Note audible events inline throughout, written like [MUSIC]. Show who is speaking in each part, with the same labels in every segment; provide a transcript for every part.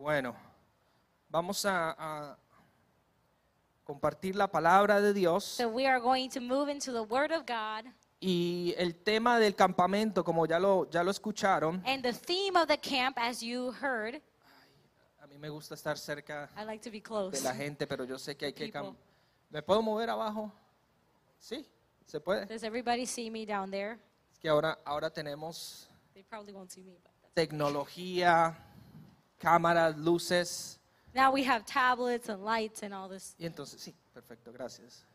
Speaker 1: Bueno, vamos a, a compartir la palabra de Dios
Speaker 2: So we are going to move into the Word of God.
Speaker 1: y el tema del campamento, como ya lo, ya lo escucharon,
Speaker 2: And the theme of the camp, as you heard,
Speaker 1: a mí me gusta estar cerca
Speaker 2: I like to be
Speaker 1: de
Speaker 2: close.
Speaker 1: la gente, pero yo sé que hay que... cam-
Speaker 2: People.
Speaker 1: ¿Me puedo mover abajo? Sí, se puede.
Speaker 2: Does everybody see me down there?
Speaker 1: Es que ahora, ahora tenemos
Speaker 2: They probably won't see me. But that's-
Speaker 1: tecnología, cámaras, luces.
Speaker 2: now we have tablets and lights and all this.
Speaker 1: Y entonces, sí, perfecto, gracias.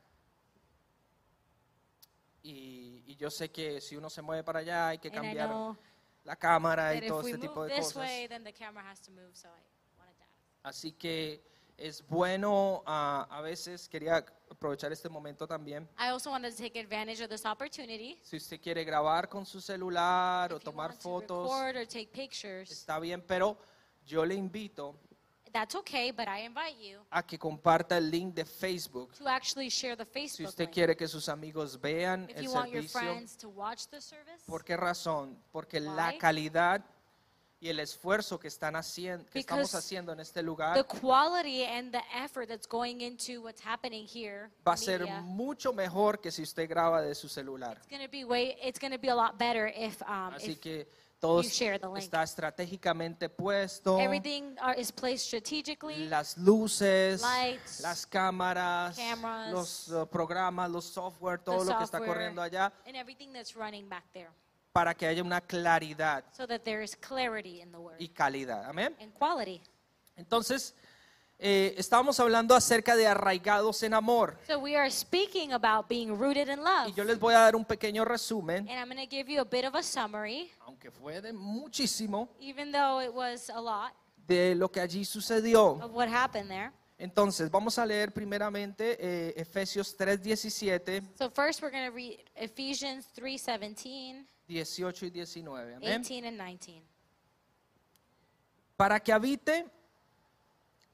Speaker 1: Y, y yo sé que si uno se mueve para allá hay que
Speaker 2: And I
Speaker 1: cambiar
Speaker 2: know
Speaker 1: la cámara
Speaker 2: that
Speaker 1: y
Speaker 2: if
Speaker 1: todo
Speaker 2: we
Speaker 1: ese tipo
Speaker 2: move
Speaker 1: de
Speaker 2: this
Speaker 1: cosas.
Speaker 2: way, then the camera has to move. So I wanted to ask.
Speaker 1: Así que es bueno, ah, a veces quería aprovechar este momento también.
Speaker 2: I also wanted to take advantage of this opportunity.
Speaker 1: Si usted quiere grabar con su celular o
Speaker 2: If you
Speaker 1: tomar
Speaker 2: want to
Speaker 1: fotos,
Speaker 2: record or take pictures,
Speaker 1: está bien, pero yo le invito
Speaker 2: that's okay. But I invite you
Speaker 1: a que comparta el link de Facebook.
Speaker 2: to actually share the Facebook.
Speaker 1: Si usted
Speaker 2: link.
Speaker 1: quiere que sus amigos vean
Speaker 2: if
Speaker 1: el
Speaker 2: you want your
Speaker 1: servicio,
Speaker 2: friends to watch the service,
Speaker 1: ¿Por qué razón? Porque la
Speaker 2: Why?
Speaker 1: calidad y el esfuerzo que están haciendo, que estamos
Speaker 2: Because
Speaker 1: haciendo en este
Speaker 2: the
Speaker 1: lugar
Speaker 2: quality and the effort that's going into what's happening here
Speaker 1: va a ser
Speaker 2: media,
Speaker 1: mucho mejor que si usted graba de su celular.
Speaker 2: it's going to be way it's going to be a lot better if um
Speaker 1: Así
Speaker 2: if
Speaker 1: que todo
Speaker 2: you share the link.
Speaker 1: está estratégicamente puesto,
Speaker 2: everything are, is placed strategically
Speaker 1: las luces,
Speaker 2: lights,
Speaker 1: las cámaras,
Speaker 2: cameras,
Speaker 1: los eh, programas, los software, todo
Speaker 2: the
Speaker 1: lo que está
Speaker 2: software,
Speaker 1: corriendo allá,
Speaker 2: and everything that's running back there
Speaker 1: para que haya una claridad
Speaker 2: so that there is clarity in the word
Speaker 1: y calidad. Amén.
Speaker 2: and quality
Speaker 1: Entonces, eh, estábamos hablando acerca de arraigados en amor.
Speaker 2: so we are speaking about being rooted in love
Speaker 1: Y yo les voy a dar un pequeño resumen,
Speaker 2: and i'm going to give you a bit of a summary
Speaker 1: aunque fue de muchísimo,
Speaker 2: even though it was a lot
Speaker 1: de lo que allí sucedió.
Speaker 2: of what happened there
Speaker 1: Entonces, vamos a leer primeramente eh, Efesios 3, 17,
Speaker 2: so first we're going to read ephesians 3:17
Speaker 1: 18 y 19. Amén.
Speaker 2: 18 and 19
Speaker 1: Para que habite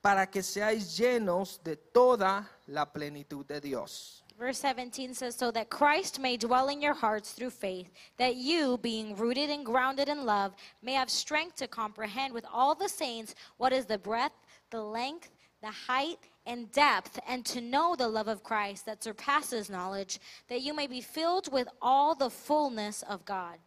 Speaker 1: para que seáis llenos de toda la plenitud de Dios.
Speaker 2: Verse 17 says, So that Christ may dwell in your hearts through faith, that you, being rooted and grounded in love, may have strength to comprehend with all the saints what is the breadth, the length, the height, and depth, and to know the love of Christ that surpasses knowledge, that you may be filled with all the fullness of God.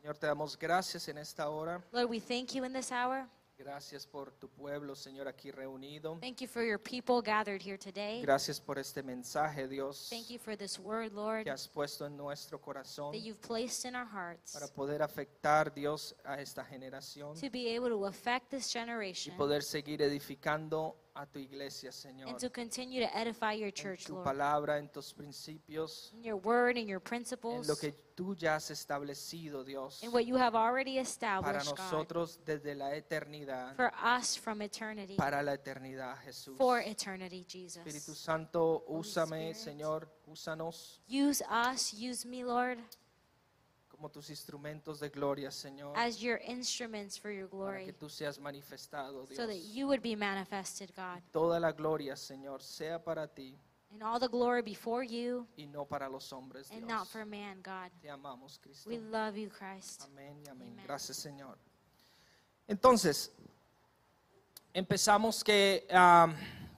Speaker 1: Señor, te damos gracias en esta hora.
Speaker 2: Lord, we thank you in this hour.
Speaker 1: Gracias por tu pueblo, Señor, aquí reunido.
Speaker 2: Thank you for your people gathered here today.
Speaker 1: Gracias por este mensaje, Dios,
Speaker 2: Thank you for this word, Lord,
Speaker 1: que has puesto en nuestro corazón
Speaker 2: that you've placed in our hearts
Speaker 1: para poder afectar, Dios, a esta generación
Speaker 2: to be able to affect this
Speaker 1: y
Speaker 2: generation.
Speaker 1: poder seguir edificando a tu iglesia, Señor.
Speaker 2: and to continue to edify your
Speaker 1: En
Speaker 2: church,
Speaker 1: tu
Speaker 2: Lord.
Speaker 1: palabra, en tus principios,
Speaker 2: In your word and your
Speaker 1: en
Speaker 2: principles,
Speaker 1: lo que tú ya has establecido, Dios,
Speaker 2: and what you have already
Speaker 1: para
Speaker 2: established, God,
Speaker 1: nosotros desde la eternidad,
Speaker 2: for us from eternity,
Speaker 1: para la eternidad, Jesús.
Speaker 2: for eternity,
Speaker 1: Espíritu
Speaker 2: Jesus.
Speaker 1: Santo, úsame,
Speaker 2: Spirit.
Speaker 1: Señor, úsanos
Speaker 2: Use us, use me, Lord,
Speaker 1: como tus instrumentos de gloria, Señor,
Speaker 2: as your instruments for your
Speaker 1: para
Speaker 2: glory,
Speaker 1: que tú seas manifestado,
Speaker 2: so that
Speaker 1: Dios.
Speaker 2: you would be manifested, God,
Speaker 1: Toda la gloria, Señor, sea para ti
Speaker 2: and all the glory before you
Speaker 1: y no para los hombres,
Speaker 2: and not
Speaker 1: Dios.
Speaker 2: for man, God.
Speaker 1: Te amamos, Cristo.
Speaker 2: We love you, Christ.
Speaker 1: Amén y amén.
Speaker 2: Amén.
Speaker 1: Gracias, Señor. Entonces, empezamos que ah,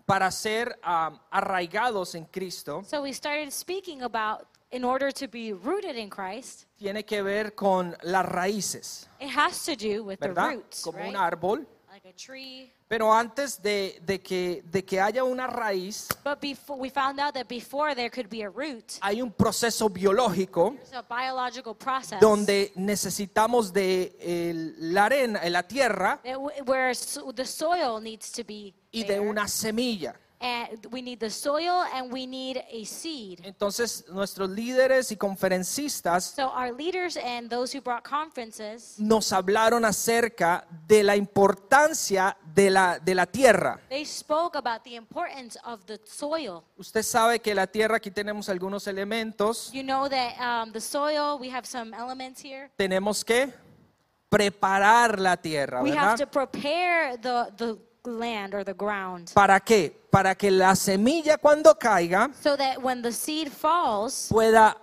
Speaker 1: para ser ah, arraigados en Cristo
Speaker 2: So we started speaking about in order to be rooted in Christ,
Speaker 1: tiene que ver con las raíces,
Speaker 2: it has to do with the
Speaker 1: ¿verdad?
Speaker 2: roots,
Speaker 1: Como un
Speaker 2: right?
Speaker 1: árbol.
Speaker 2: like a tree.
Speaker 1: Pero antes de, de que, de que haya una raíz,
Speaker 2: But before we found out that before there could be a root,
Speaker 1: hay un proceso biológico
Speaker 2: there's a biological process
Speaker 1: donde necesitamos de eh, la arena, eh, la tierra
Speaker 2: that w- where so- the soil needs to be
Speaker 1: y de
Speaker 2: there,
Speaker 1: una semilla.
Speaker 2: and we need the soil and we need a seed.
Speaker 1: Entonces nuestros líderes y conferencistas
Speaker 2: So our leaders and those who brought conferences,
Speaker 1: nos hablaron acerca de la importancia de la, de la tierra.
Speaker 2: they spoke about the importance of the soil.
Speaker 1: Usted sabe que la tierra, aquí tenemos algunos elementos,
Speaker 2: You know that um, the soil, we have some elements here.
Speaker 1: tenemos que preparar la tierra,
Speaker 2: We have to
Speaker 1: ¿verdad?
Speaker 2: prepare the, the land or the ground
Speaker 1: ¿Para qué? Para que la semilla cuando caiga
Speaker 2: so that when the seed falls,
Speaker 1: pueda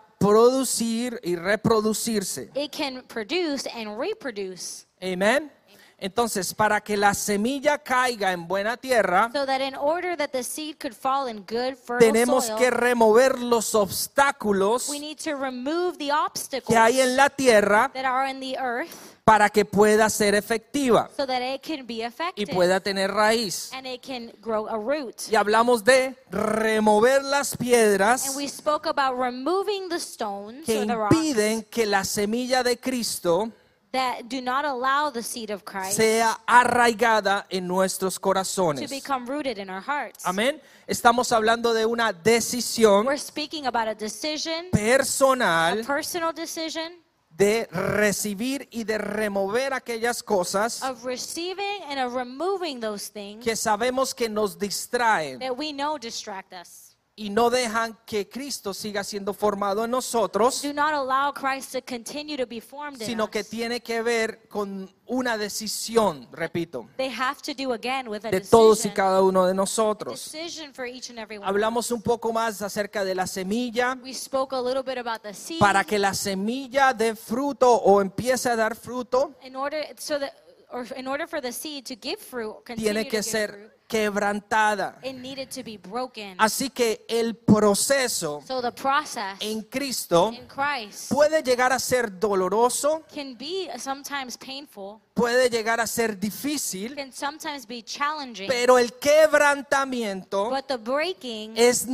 Speaker 1: producir y reproducirse.
Speaker 2: it can produce and reproduce.
Speaker 1: Amén. Entonces, para que la semilla caiga en buena tierra,
Speaker 2: So that in order that the seed could fall in good, fertile
Speaker 1: tenemos
Speaker 2: soil,
Speaker 1: que remover los obstáculos
Speaker 2: we need to remove the obstacles
Speaker 1: que hay en la tierra
Speaker 2: that are in the earth
Speaker 1: para que pueda ser efectiva
Speaker 2: so that it can be
Speaker 1: y
Speaker 2: effective
Speaker 1: pueda tener raíz.
Speaker 2: and it can grow a root.
Speaker 1: Y hablamos de remover las piedras
Speaker 2: And we spoke about removing the stones
Speaker 1: que
Speaker 2: or the rocks
Speaker 1: impiden que la semilla de Cristo
Speaker 2: that do not allow the seed of Christ
Speaker 1: sea arraigada en nuestros
Speaker 2: to
Speaker 1: corazones.
Speaker 2: become rooted in our hearts.
Speaker 1: Amén. Estamos hablando de una decisión
Speaker 2: We're speaking about a decision, a
Speaker 1: personal
Speaker 2: personal decision
Speaker 1: de recibir y de remover aquellas cosas
Speaker 2: of receiving and of removing those things
Speaker 1: que sabemos que nos distraen
Speaker 2: that we know distract us.
Speaker 1: y no dejan que Cristo siga siendo formado en nosotros,
Speaker 2: Do not allow Christ to continue to be formed in
Speaker 1: sino que
Speaker 2: us.
Speaker 1: tiene que ver con una decisión, repito,
Speaker 2: They have to do again with a
Speaker 1: de todos y
Speaker 2: decision.
Speaker 1: cada uno de nosotros.
Speaker 2: Decision for each and every one.
Speaker 1: Hablamos un poco más acerca de la semilla
Speaker 2: We spoke a little bit about the seed
Speaker 1: para que la semilla dé fruto o empiece a dar fruto,
Speaker 2: in order so that or in order for the seed to give fruit, continue
Speaker 1: tiene
Speaker 2: to
Speaker 1: que
Speaker 2: give
Speaker 1: ser
Speaker 2: fruit,
Speaker 1: quebrantada.
Speaker 2: it needed to be broken.
Speaker 1: Así que el proceso
Speaker 2: So the process
Speaker 1: en Cristo
Speaker 2: in Christ
Speaker 1: puede llegar a ser doloroso,
Speaker 2: can be sometimes painful,
Speaker 1: puede llegar a ser difícil,
Speaker 2: can sometimes be challenging,
Speaker 1: pero el quebrantamiento
Speaker 2: but the breaking
Speaker 1: es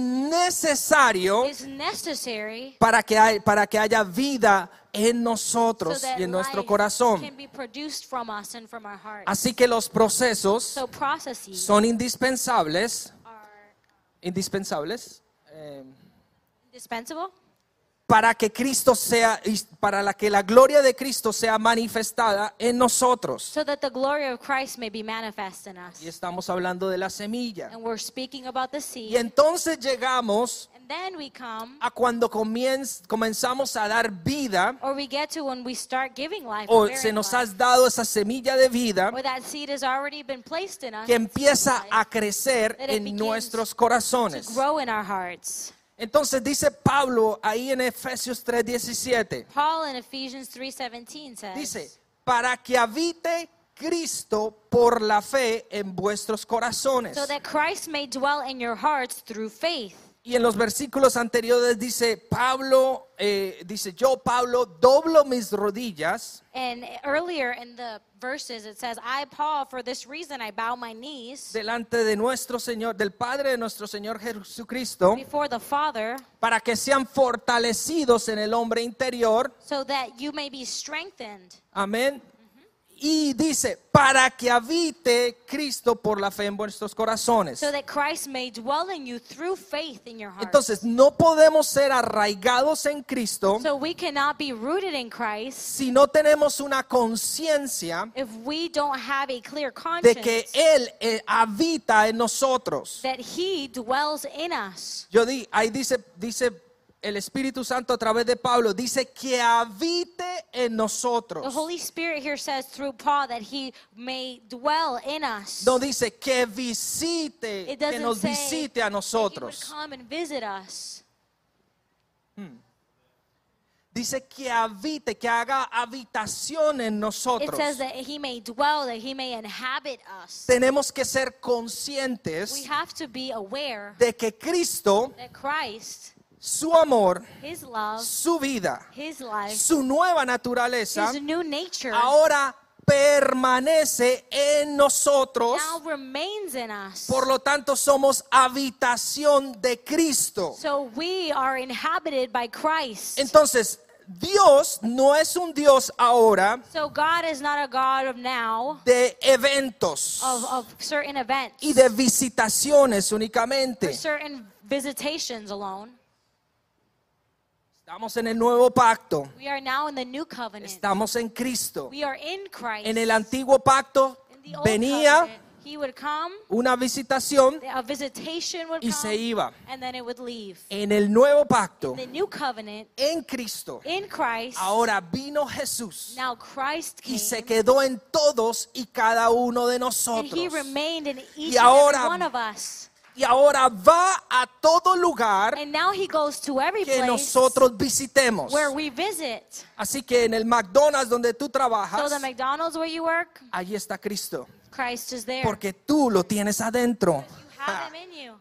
Speaker 1: necesario
Speaker 2: is necessary
Speaker 1: para que, hay- para que haya vida en
Speaker 2: so
Speaker 1: nosotros
Speaker 2: that
Speaker 1: y en nuestro
Speaker 2: life can
Speaker 1: corazón.
Speaker 2: be produced from us and from our heart.
Speaker 1: Así que los procesos
Speaker 2: So processes
Speaker 1: son indispensables,
Speaker 2: are
Speaker 1: indispensables, eh,
Speaker 2: indispensable
Speaker 1: para que Cristo sea, y para la que la gloria de Cristo sea manifestada en nosotros.
Speaker 2: so that the glory of Christ may be manifest in us.
Speaker 1: Y estamos hablando de la semilla.
Speaker 2: And we're speaking about the
Speaker 1: Y
Speaker 2: seed.
Speaker 1: entonces llegamos
Speaker 2: and then we come,
Speaker 1: a cuando comienz- comenzamos a dar vida
Speaker 2: or we get to when we start giving life,
Speaker 1: o
Speaker 2: bearing
Speaker 1: Oh, se nos
Speaker 2: life,
Speaker 1: has dado esa semilla de vida
Speaker 2: or that seed has already been placed in us
Speaker 1: que empieza a crecer
Speaker 2: That it
Speaker 1: en
Speaker 2: begins
Speaker 1: nuestros
Speaker 2: to
Speaker 1: corazones.
Speaker 2: grow in our hearts.
Speaker 1: Entonces dice Pablo ahí en Efesios 3:17,
Speaker 2: Paul in Ephesians 3:17 says,
Speaker 1: dice, para que habite Cristo por la fe en vuestros corazones.
Speaker 2: "So that Christ may dwell in your hearts through faith."
Speaker 1: Y en los versículos anteriores dice Pablo, eh, dice yo Pablo doblo mis rodillas
Speaker 2: And earlier in the verses it says, "I Paul for this reason I bow my knees
Speaker 1: delante de nuestro Señor, del Padre de nuestro Señor Jesucristo,
Speaker 2: before the Father,
Speaker 1: para que sean fortalecidos en el hombre interior,
Speaker 2: so that you may be strengthened."
Speaker 1: amén. Y dice, para que habite Cristo por la fe en vuestros corazones.
Speaker 2: So that Christ may dwell in you through faith in your heart.
Speaker 1: Entonces, no podemos ser arraigados en Cristo
Speaker 2: so we cannot be rooted in Christ
Speaker 1: si no tenemos una conciencia
Speaker 2: if we don't have a clear
Speaker 1: de
Speaker 2: conscience
Speaker 1: que Él eh, habita en nosotros.
Speaker 2: that He dwells in us.
Speaker 1: Yo di, ahí dice, dice el Espíritu Santo a través de Pablo, dice que habite en
Speaker 2: The
Speaker 1: nosotros.
Speaker 2: Holy Spirit here says through Paul that He may dwell in us.
Speaker 1: No dice que visite,
Speaker 2: it
Speaker 1: que
Speaker 2: doesn't
Speaker 1: nos
Speaker 2: say
Speaker 1: visite a
Speaker 2: That he would
Speaker 1: nosotros.
Speaker 2: come and visit us.
Speaker 1: Dice que habite, que haga habitación en
Speaker 2: It
Speaker 1: nosotros.
Speaker 2: says that He may dwell, that He may inhabit us.
Speaker 1: Tenemos que ser
Speaker 2: We
Speaker 1: conscientes
Speaker 2: have to be aware
Speaker 1: de que Cristo,
Speaker 2: that Christ,
Speaker 1: su amor,
Speaker 2: His love,
Speaker 1: su vida,
Speaker 2: His life,
Speaker 1: su nueva naturaleza,
Speaker 2: His new nature
Speaker 1: ahora permanece en nosotros.
Speaker 2: now remains in us.
Speaker 1: Por lo tanto, somos habitación de Cristo.
Speaker 2: So we are inhabited by Christ.
Speaker 1: Entonces, Dios no es un Dios ahora
Speaker 2: So God is not a God of now,
Speaker 1: de eventos
Speaker 2: of, of certain events,
Speaker 1: y de visitaciones
Speaker 2: or
Speaker 1: únicamente.
Speaker 2: certain visitations alone.
Speaker 1: Estamos en el nuevo pacto.
Speaker 2: We are now in the new covenant.
Speaker 1: Estamos en Cristo.
Speaker 2: We are in Christ.
Speaker 1: En el antiguo pacto
Speaker 2: in the old
Speaker 1: venía
Speaker 2: covenant, he would come,
Speaker 1: una visitación
Speaker 2: a visitation would
Speaker 1: y
Speaker 2: come,
Speaker 1: se iba.
Speaker 2: and then it would leave.
Speaker 1: En el nuevo pacto,
Speaker 2: In the new covenant,
Speaker 1: en Cristo,
Speaker 2: in Christ,
Speaker 1: ahora vino Jesús
Speaker 2: now Christ came,
Speaker 1: y se quedó en todos y cada uno de
Speaker 2: and he
Speaker 1: nosotros.
Speaker 2: remained in each
Speaker 1: Y
Speaker 2: and
Speaker 1: ahora-
Speaker 2: every one of us.
Speaker 1: Y ahora va a todo lugar
Speaker 2: And now he goes to every
Speaker 1: que
Speaker 2: place
Speaker 1: nosotros visitemos.
Speaker 2: where we visit.
Speaker 1: Así que en el McDonald's donde tú
Speaker 2: So the
Speaker 1: trabajas,
Speaker 2: McDonald's where you work,
Speaker 1: allí está Cristo,
Speaker 2: Christ is there.
Speaker 1: porque tú lo tienes adentro.
Speaker 2: You have him in you.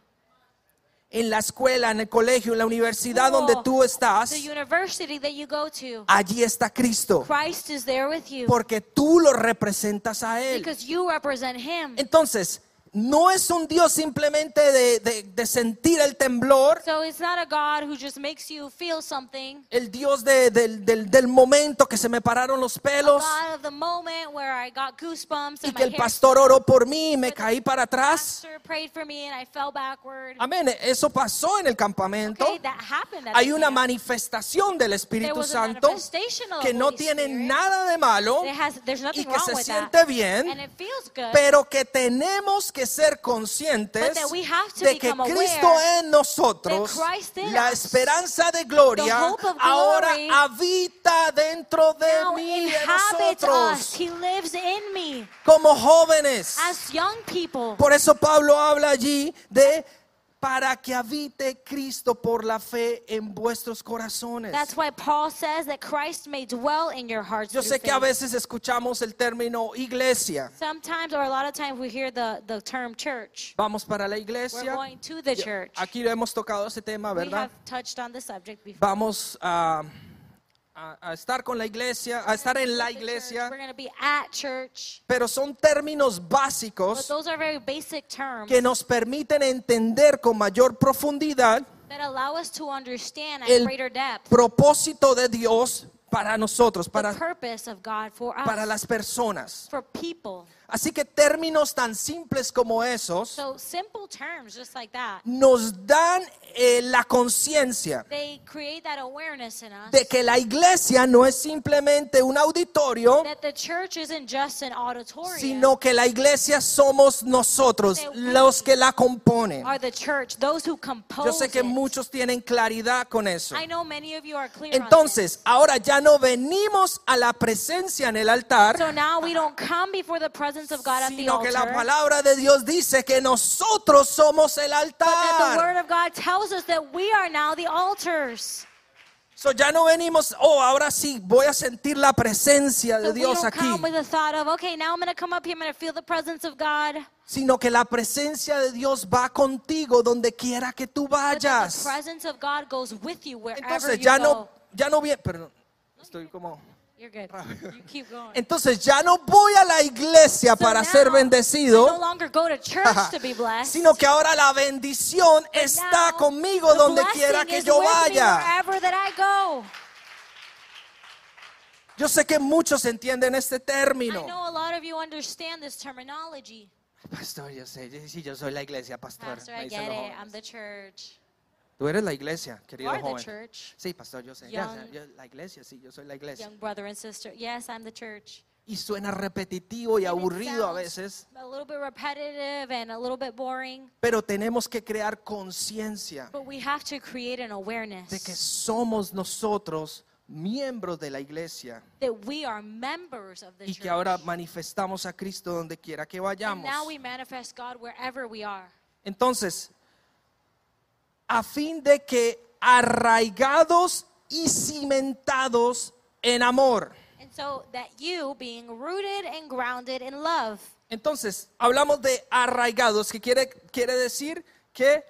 Speaker 1: En la escuela, en el colegio, en la universidad
Speaker 2: School,
Speaker 1: donde tú estás,
Speaker 2: The university that you go to,
Speaker 1: allí está Cristo,
Speaker 2: Christ is there with you
Speaker 1: porque tú lo representas a Él.
Speaker 2: because you represent him.
Speaker 1: Entonces, no es un Dios simplemente de, de- de sentir el temblor,
Speaker 2: So it's not a God who just makes you feel something.
Speaker 1: el Dios de- del, del- del momento que se me pararon los
Speaker 2: A
Speaker 1: pelos
Speaker 2: God of the moment where I got goosebumps
Speaker 1: y
Speaker 2: and
Speaker 1: que
Speaker 2: my
Speaker 1: el
Speaker 2: hair
Speaker 1: pastor oró por mí y me
Speaker 2: But the
Speaker 1: caí para atrás.
Speaker 2: pastor prayed for me and I fell backward.
Speaker 1: Amén, eso pasó en el campamento.
Speaker 2: Okay, that happened. at
Speaker 1: Hay
Speaker 2: the
Speaker 1: una
Speaker 2: camp.
Speaker 1: manifestación del
Speaker 2: There
Speaker 1: Espíritu
Speaker 2: was a
Speaker 1: Santo
Speaker 2: manifestation of
Speaker 1: que
Speaker 2: the
Speaker 1: no
Speaker 2: Holy
Speaker 1: tiene
Speaker 2: Spirit.
Speaker 1: nada de malo
Speaker 2: It has- there's
Speaker 1: y
Speaker 2: nothing
Speaker 1: que
Speaker 2: wrong
Speaker 1: se
Speaker 2: with that.
Speaker 1: siente
Speaker 2: And
Speaker 1: bien,
Speaker 2: it feels good.
Speaker 1: pero que tenemos que ser conscientes
Speaker 2: But that we have to
Speaker 1: de que
Speaker 2: become
Speaker 1: Cristo
Speaker 2: aware
Speaker 1: en nosotros,
Speaker 2: that Christ in
Speaker 1: la
Speaker 2: us,
Speaker 1: esperanza de gloria,
Speaker 2: hope of
Speaker 1: ahora
Speaker 2: glory,
Speaker 1: habita dentro de
Speaker 2: now
Speaker 1: mí y de
Speaker 2: inhabits us.
Speaker 1: nosotros,
Speaker 2: He lives in me.
Speaker 1: como jóvenes.
Speaker 2: As young people,
Speaker 1: Por eso Pablo habla allí de para que habite Cristo por la fe en vuestros corazones.
Speaker 2: that's why Paul says that Christ may dwell in your hearts.
Speaker 1: Yo
Speaker 2: through
Speaker 1: sé que a
Speaker 2: faith.
Speaker 1: veces escuchamos el término iglesia.
Speaker 2: Sometimes, or a lot of times, we hear the, the term church.
Speaker 1: Vamos para la
Speaker 2: We're
Speaker 1: iglesia.
Speaker 2: going to the church.
Speaker 1: Aquí hemos tocado ese tema,
Speaker 2: We
Speaker 1: ¿verdad?
Speaker 2: have touched on the subject before.
Speaker 1: Vamos a, a- a estar con la iglesia, a estar en la
Speaker 2: The church.
Speaker 1: iglesia,
Speaker 2: We're going to be at church.
Speaker 1: pero son términos
Speaker 2: But
Speaker 1: básicos
Speaker 2: those are very basic terms
Speaker 1: que nos permiten entender con mayor profundidad
Speaker 2: that allow us to understand at
Speaker 1: el
Speaker 2: greater depth
Speaker 1: propósito de Dios para nosotros,
Speaker 2: the
Speaker 1: para,
Speaker 2: purpose of God for us,
Speaker 1: para las personas.
Speaker 2: for people.
Speaker 1: Así que términos tan simples como esos
Speaker 2: So simple terms, just like that,
Speaker 1: nos dan eh, la conciencia
Speaker 2: they create that awareness in us
Speaker 1: de que la iglesia no es simplemente un auditorio,
Speaker 2: that the church isn't just an auditorium.
Speaker 1: sino que la iglesia somos nosotros, los que la componen.
Speaker 2: are the church, those who compose
Speaker 1: Yo sé que
Speaker 2: it.
Speaker 1: muchos tienen claridad con eso.
Speaker 2: I know many of you are clear on this.
Speaker 1: Entonces, ahora ya no venimos a la presencia en el altar,
Speaker 2: So now we don't come before the presence of God at the
Speaker 1: sino
Speaker 2: altar.
Speaker 1: que la palabra de Dios dice que nosotros somos el
Speaker 2: that the
Speaker 1: altar.
Speaker 2: word of God tells us that we are now the altars.
Speaker 1: So ya no venimos, oh, ahora sí voy a sentir la presencia
Speaker 2: So
Speaker 1: de
Speaker 2: we
Speaker 1: Dios
Speaker 2: don't
Speaker 1: aquí,
Speaker 2: come with the thought of, okay, now I'm going to come up here, I'm going to feel the presence of God.
Speaker 1: sino que la presencia de Dios va contigo donde quiera que tú
Speaker 2: But that the
Speaker 1: vayas.
Speaker 2: presence of God goes with you wherever
Speaker 1: Entonces
Speaker 2: you
Speaker 1: ya
Speaker 2: go.
Speaker 1: no, ya no viene, perdón, estoy como...
Speaker 2: You're good. You keep going.
Speaker 1: Entonces ya no voy a la iglesia
Speaker 2: So
Speaker 1: para
Speaker 2: now,
Speaker 1: ser
Speaker 2: I no
Speaker 1: bendecido,
Speaker 2: longer go
Speaker 1: [LAUGHS]
Speaker 2: to church to be blessed.
Speaker 1: sino que ahora la bendición
Speaker 2: Now,
Speaker 1: está conmigo
Speaker 2: the
Speaker 1: donde
Speaker 2: blessing
Speaker 1: quiera que
Speaker 2: is
Speaker 1: yo
Speaker 2: with me
Speaker 1: vaya.
Speaker 2: wherever that I go.
Speaker 1: Yo sé que muchos entienden este
Speaker 2: I
Speaker 1: término.
Speaker 2: know a lot of you understand this terminology.
Speaker 1: Pastor, yo sé, yo- sí, yo soy la iglesia, pastor.
Speaker 2: Pastor,
Speaker 1: me
Speaker 2: I
Speaker 1: dicen
Speaker 2: get
Speaker 1: los
Speaker 2: it.
Speaker 1: jóvenes.
Speaker 2: I'm the church.
Speaker 1: Tú eres la iglesia,
Speaker 2: You
Speaker 1: querido
Speaker 2: are the
Speaker 1: joven.
Speaker 2: church.
Speaker 1: Sí, pastor, yo sé. ya
Speaker 2: Young.
Speaker 1: sé, yo- la iglesia, sí, yo soy la iglesia.
Speaker 2: Young brother and sister. Yes, I'm the church.
Speaker 1: Y suena repetitivo y
Speaker 2: And it
Speaker 1: aburrido a
Speaker 2: sounds
Speaker 1: veces,
Speaker 2: A little bit repetitive and a little bit boring,
Speaker 1: pero tenemos que crear conciencia
Speaker 2: but we have to create an awareness
Speaker 1: de que somos nosotros miembros de la iglesia.
Speaker 2: that we are members of the
Speaker 1: y
Speaker 2: church.
Speaker 1: que ahora manifestamos a Cristo donde quiera que
Speaker 2: and
Speaker 1: vayamos.
Speaker 2: now we manifest God wherever we are.
Speaker 1: Entonces, a fin de que arraigados y cimentados en amor.
Speaker 2: And so that you being rooted and grounded in love.
Speaker 1: Entonces, hablamos de arraigados, que quiere, quiere decir que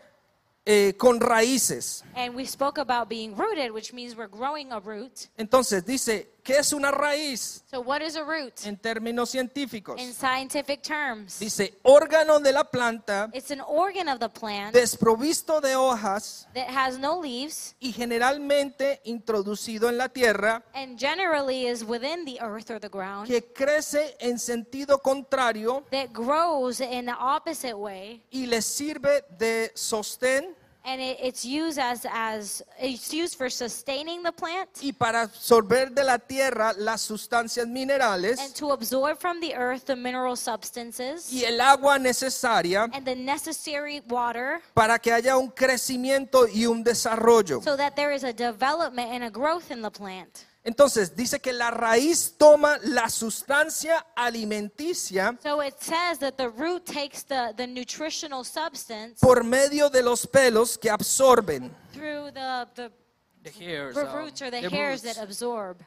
Speaker 1: eh, con raíces.
Speaker 2: And we spoke about being rooted, which means we're growing a root.
Speaker 1: Entonces, dice, ¿Qué es una raíz
Speaker 2: So, what is a root
Speaker 1: en términos científicos?
Speaker 2: in scientific terms?
Speaker 1: Dice, órgano de la planta
Speaker 2: It's an organ of the plant
Speaker 1: desprovisto de hojas
Speaker 2: that has no leaves
Speaker 1: y generalmente introducido en la tierra
Speaker 2: and generally is within the earth or the ground
Speaker 1: que crece en sentido contrario
Speaker 2: that grows in the opposite way
Speaker 1: y le sirve de sostén
Speaker 2: and it, it's used as as it's used for sustaining the plant
Speaker 1: y para absorber de la tierra las sustancias
Speaker 2: and
Speaker 1: minerales
Speaker 2: to absorb from the earth the mineral substances
Speaker 1: y el agua necesaria
Speaker 2: and the necessary water
Speaker 1: para que haya un crecimiento y un desarrollo.
Speaker 2: so that there is a development and a growth in the plant.
Speaker 1: Entonces dice que la raíz toma la sustancia alimenticia
Speaker 2: So it says that the root takes the, the nutritional substance
Speaker 1: por medio de los pelos que absorben.
Speaker 2: through the, the
Speaker 3: The hairs. um,
Speaker 2: roots or the,
Speaker 3: the
Speaker 2: hairs
Speaker 3: roots.
Speaker 2: that absorb.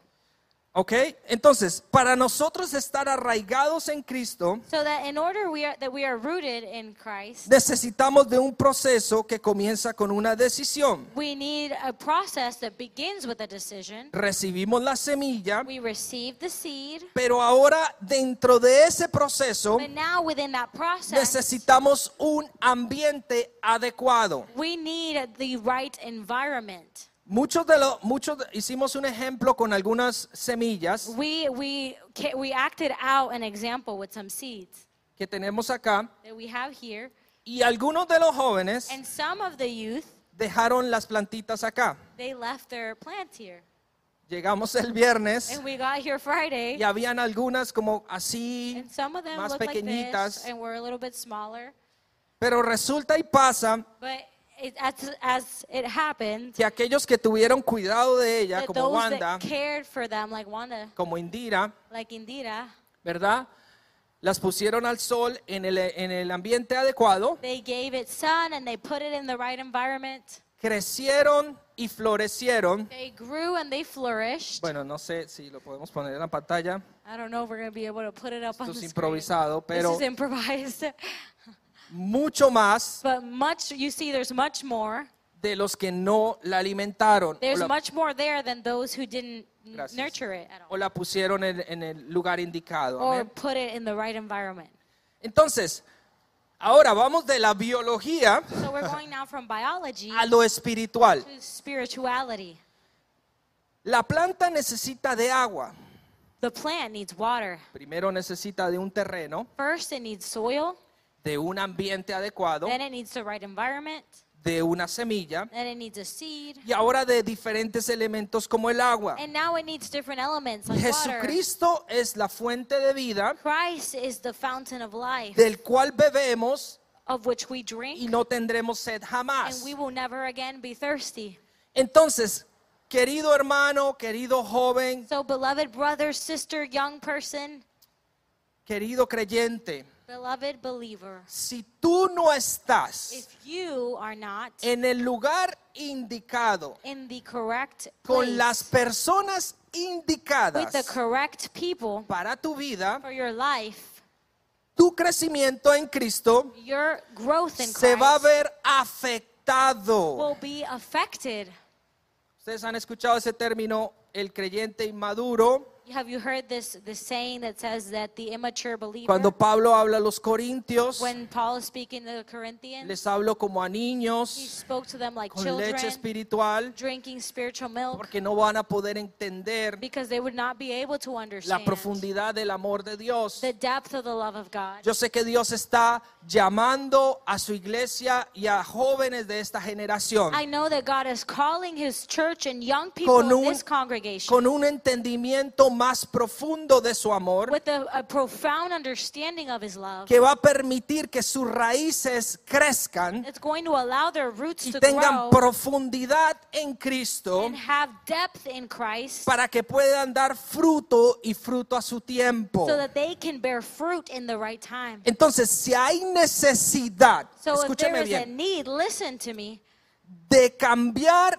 Speaker 1: ¿Ok? Entonces, para nosotros estar arraigados en Cristo,
Speaker 2: So that in order we are, that we are rooted in Christ,
Speaker 1: necesitamos de un proceso que comienza con una decisión.
Speaker 2: we need a process that begins with a decision.
Speaker 1: Recibimos la semilla,
Speaker 2: We receive the seed,
Speaker 1: pero ahora dentro de ese proceso
Speaker 2: but now within that process,
Speaker 1: necesitamos un ambiente adecuado.
Speaker 2: we need the right environment.
Speaker 1: Muchos de los, muchos de- hicimos un ejemplo con algunas semillas
Speaker 2: We, we, ca- we acted out an example with some seeds
Speaker 1: que tenemos acá
Speaker 2: that we have here.
Speaker 1: y algunos de los jóvenes
Speaker 2: And some of the youth,
Speaker 1: dejaron las plantitas acá.
Speaker 2: they left their plants here.
Speaker 1: Llegamos el viernes
Speaker 2: And we got here Friday,
Speaker 1: y habían algunas como así,
Speaker 2: and some of them
Speaker 1: más
Speaker 2: looked like this
Speaker 1: pequeñitas,
Speaker 2: and were a little bit smaller.
Speaker 1: pero resulta y pasa
Speaker 2: But it, as, as it happened,
Speaker 1: que aquellos que tuvieron cuidado de ella,
Speaker 2: that
Speaker 1: como
Speaker 2: those
Speaker 1: Wanda,
Speaker 2: that cared for them, like Wanda,
Speaker 1: como Indira,
Speaker 2: like Indira,
Speaker 1: ¿verdad? Las pusieron al sol en el, en el ambiente adecuado,
Speaker 2: they gave it sun and they put it in the right environment.
Speaker 1: crecieron y florecieron.
Speaker 2: They grew and they flourished.
Speaker 1: Bueno, no sé si lo podemos poner en la pantalla.
Speaker 2: I don't know if we're going to be able to put it up on
Speaker 1: Esto
Speaker 2: the
Speaker 1: es
Speaker 2: screen.
Speaker 1: improvisado,
Speaker 2: This
Speaker 1: pero
Speaker 2: is improvised. [LAUGHS]
Speaker 1: mucho más
Speaker 2: but much, you see, there's much more.
Speaker 1: de los que no la alimentaron o
Speaker 2: There's
Speaker 1: la,
Speaker 2: much more there than those who didn't n-
Speaker 1: Gracias.
Speaker 2: nurture it at
Speaker 1: o
Speaker 2: all
Speaker 1: la pusieron en, en el lugar indicado.
Speaker 2: or
Speaker 1: amén.
Speaker 2: put it in the right environment.
Speaker 1: Entonces, ahora vamos de la biología
Speaker 2: So we're going now from biology
Speaker 1: a
Speaker 2: to
Speaker 1: lo espiritual.
Speaker 2: spirituality.
Speaker 1: La planta necesita de agua.
Speaker 2: The plant needs water.
Speaker 1: Primero necesita de un terreno,
Speaker 2: First, it needs soil,
Speaker 1: de un ambiente adecuado,
Speaker 2: then, it needs the right environment,
Speaker 1: de una semilla
Speaker 2: then, it needs a seed,
Speaker 1: y ahora de diferentes elementos como el agua.
Speaker 2: and now it needs different elements like water.
Speaker 1: Jesucristo es la fuente de vida
Speaker 2: Christ is the fountain of life
Speaker 1: del cual bebemos
Speaker 2: of which we
Speaker 1: y
Speaker 2: drink,
Speaker 1: no tendremos sed
Speaker 2: and
Speaker 1: jamás.
Speaker 2: we will never again be thirsty.
Speaker 1: Entonces, querido hermano, querido joven,
Speaker 2: So, beloved brother, sister, young person,
Speaker 1: querido creyente,
Speaker 2: beloved believer,
Speaker 1: si tú no estás
Speaker 2: if you are not
Speaker 1: en el lugar indicado,
Speaker 2: in the correct
Speaker 1: con las
Speaker 2: place
Speaker 1: personas
Speaker 2: with the
Speaker 1: indicadas
Speaker 2: correct people
Speaker 1: para tu vida,
Speaker 2: for your life,
Speaker 1: tu crecimiento en Cristo
Speaker 2: your growth in
Speaker 1: se va a
Speaker 2: Christ
Speaker 1: ver afectado.
Speaker 2: will be affected.
Speaker 1: Ustedes han escuchado ese término, el creyente inmaduro.
Speaker 2: Have you heard this this saying that says that the immature believer
Speaker 1: Cuando Pablo habla a los corintios,
Speaker 2: when Paul is speaking to the Corinthians,
Speaker 1: les hablo como a
Speaker 2: he
Speaker 1: niños
Speaker 2: spoke to them like
Speaker 1: con
Speaker 2: children
Speaker 1: leche espiritual,
Speaker 2: drinking spiritual milk
Speaker 1: porque no van a poder entender
Speaker 2: because they would not be able to understand
Speaker 1: la profundidad del amor de Dios.
Speaker 2: the depth of the love of God.
Speaker 1: Yo sé que Dios está llamando a su iglesia y a jóvenes de esta generación
Speaker 2: I know that God is calling his church and young people
Speaker 1: Con
Speaker 2: in
Speaker 1: un-
Speaker 2: this congregation
Speaker 1: con un entendimiento más profundo de su amor
Speaker 2: with a, a profound understanding of his love.
Speaker 1: que va a permitir que sus raíces crezcan
Speaker 2: It's going to allow their roots
Speaker 1: y
Speaker 2: to
Speaker 1: tengan
Speaker 2: grow
Speaker 1: profundidad en Cristo
Speaker 2: and have depth in Christ
Speaker 1: para que puedan dar fruto y fruto a su tiempo.
Speaker 2: so that they can bear fruit in the right time.
Speaker 1: Entonces, si hay necesidad,
Speaker 2: So if there
Speaker 1: escúcheme
Speaker 2: is a
Speaker 1: bien,
Speaker 2: need, listen to me,
Speaker 1: de cambiar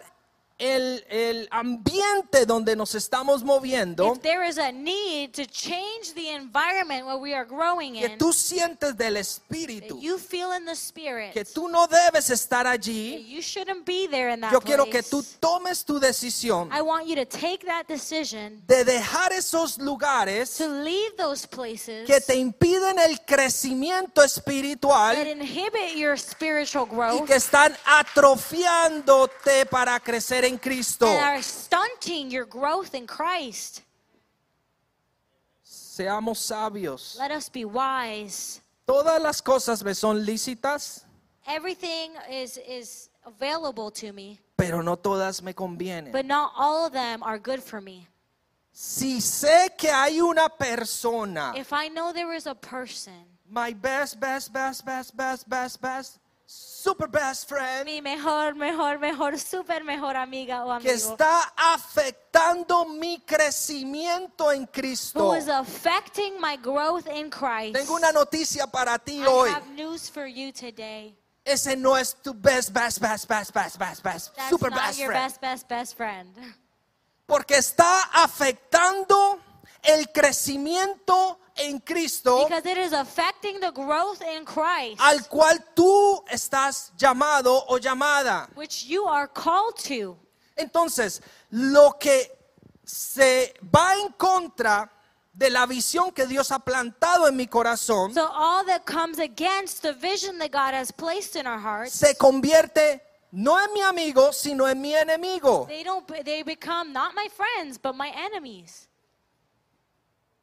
Speaker 1: el, el ambiente donde nos estamos moviendo
Speaker 2: If there is a need to change the environment where we are growing
Speaker 1: que
Speaker 2: in,
Speaker 1: tú sientes del
Speaker 2: that
Speaker 1: Espíritu,
Speaker 2: you feel in the
Speaker 1: que
Speaker 2: spirit,
Speaker 1: tú no debes estar
Speaker 2: that
Speaker 1: allí,
Speaker 2: you shouldn't be there in that
Speaker 1: yo quiero que tú
Speaker 2: place.
Speaker 1: tomes tu decisión
Speaker 2: I want you to take that decision
Speaker 1: de dejar esos lugares
Speaker 2: to leave those places
Speaker 1: que te impiden el crecimiento
Speaker 2: that
Speaker 1: espiritual
Speaker 2: inhibit your spiritual
Speaker 1: y
Speaker 2: growth
Speaker 1: que están atrofiándote para crecer en Cristo.
Speaker 2: and are stunting your growth in Christ.
Speaker 1: Seamos sabios.
Speaker 2: Let us be wise.
Speaker 1: Todas las cosas me son lícitas,
Speaker 2: Everything is, is available to me,
Speaker 1: pero no todas me convienen.
Speaker 2: but not all of them are good for me.
Speaker 1: Si sé que hay una persona,
Speaker 2: If I know there is a person,
Speaker 1: my best, best, best, best, best, best, best, super best friend,
Speaker 2: mi mejor, mejor, mejor, super mejor amiga o
Speaker 1: que
Speaker 2: amigo,
Speaker 1: está afectando mi crecimiento en
Speaker 2: who
Speaker 1: Cristo.
Speaker 2: is affecting my growth in Christ,
Speaker 1: Tengo una noticia para ti
Speaker 2: I
Speaker 1: hoy.
Speaker 2: have news for you today.
Speaker 1: Ese no es tu best, best, best, best, best, best, best,
Speaker 2: That's
Speaker 1: super
Speaker 2: not
Speaker 1: best
Speaker 2: your
Speaker 1: friend.
Speaker 2: best, best, best friend.
Speaker 1: Porque está afectando el crecimiento en Cristo
Speaker 2: Because it is affecting the growth in Christ,
Speaker 1: Oh. al cual tú estás llamado o llamada.
Speaker 2: which you are called to.
Speaker 1: Entonces, lo que se va en contra de la visión que Dios ha plantado en mi corazón
Speaker 2: So all that comes against the vision that God has placed in our hearts,
Speaker 1: se convierte no en mi amigo, sino en mi enemigo.
Speaker 2: they don't they become not my friends, but my enemies.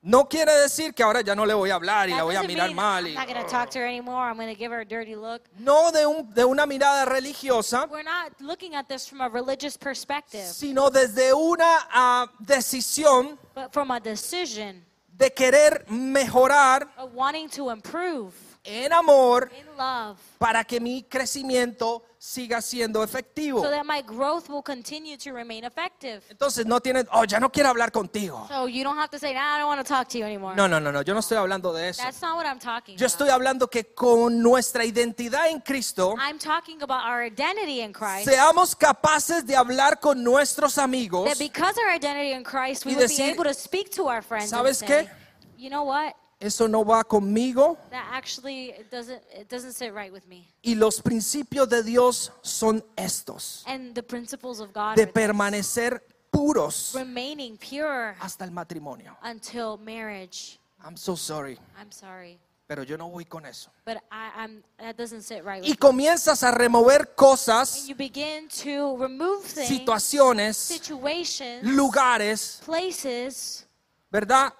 Speaker 1: No quiere decir que ahora ya no le voy a hablar y
Speaker 2: That
Speaker 1: la voy a
Speaker 2: doesn't
Speaker 1: mirar
Speaker 2: mean
Speaker 1: mal.
Speaker 2: I'm
Speaker 1: y-
Speaker 2: not going to talk to her anymore. I'm going to give her a dirty look.
Speaker 1: no de, un- de una mirada religiosa,
Speaker 2: We're not looking at this from a religious perspective,
Speaker 1: sino desde una ah, decisión
Speaker 2: but from a decision
Speaker 1: de querer mejorar
Speaker 2: of wanting to improve
Speaker 1: en amor
Speaker 2: in love
Speaker 1: para que mi crecimiento siga siendo efectivo.
Speaker 2: so that my growth will continue to remain effective.
Speaker 1: Entonces no tienes, oh, ya no quiero hablar contigo.
Speaker 2: So you don't have to say, nah, I don't want to talk to you anymore.
Speaker 1: No, no, no, no, yo no estoy hablando de eso.
Speaker 2: That's not what I'm talking
Speaker 1: Yo
Speaker 2: about.
Speaker 1: estoy hablando que con nuestra identidad en Cristo
Speaker 2: I'm talking about our identity in Christ.
Speaker 1: seamos capaces de hablar con nuestros amigos
Speaker 2: That because our identity in Christ, we
Speaker 1: Y
Speaker 2: would be
Speaker 1: decir,
Speaker 2: able to speak to our friends and
Speaker 1: "¿Sabes
Speaker 2: say,
Speaker 1: qué?
Speaker 2: you know what?
Speaker 1: eso no va conmigo
Speaker 2: That actually it doesn't it doesn't sit right with me.
Speaker 1: y los principios de Dios son estos,
Speaker 2: And the principles of God
Speaker 1: de
Speaker 2: are this.
Speaker 1: permanecer puros
Speaker 2: remaining pure
Speaker 1: hasta el matrimonio.
Speaker 2: until marriage.
Speaker 1: I'm so sorry,
Speaker 2: I'm sorry,
Speaker 1: pero yo no voy con eso.
Speaker 2: but I, I'm that doesn't sit right with
Speaker 1: Y
Speaker 2: me.
Speaker 1: comienzas a remover
Speaker 2: And
Speaker 1: cosas,
Speaker 2: you begin to remove things,
Speaker 1: situaciones,
Speaker 2: situations,
Speaker 1: lugares,
Speaker 2: places
Speaker 1: ¿verdad?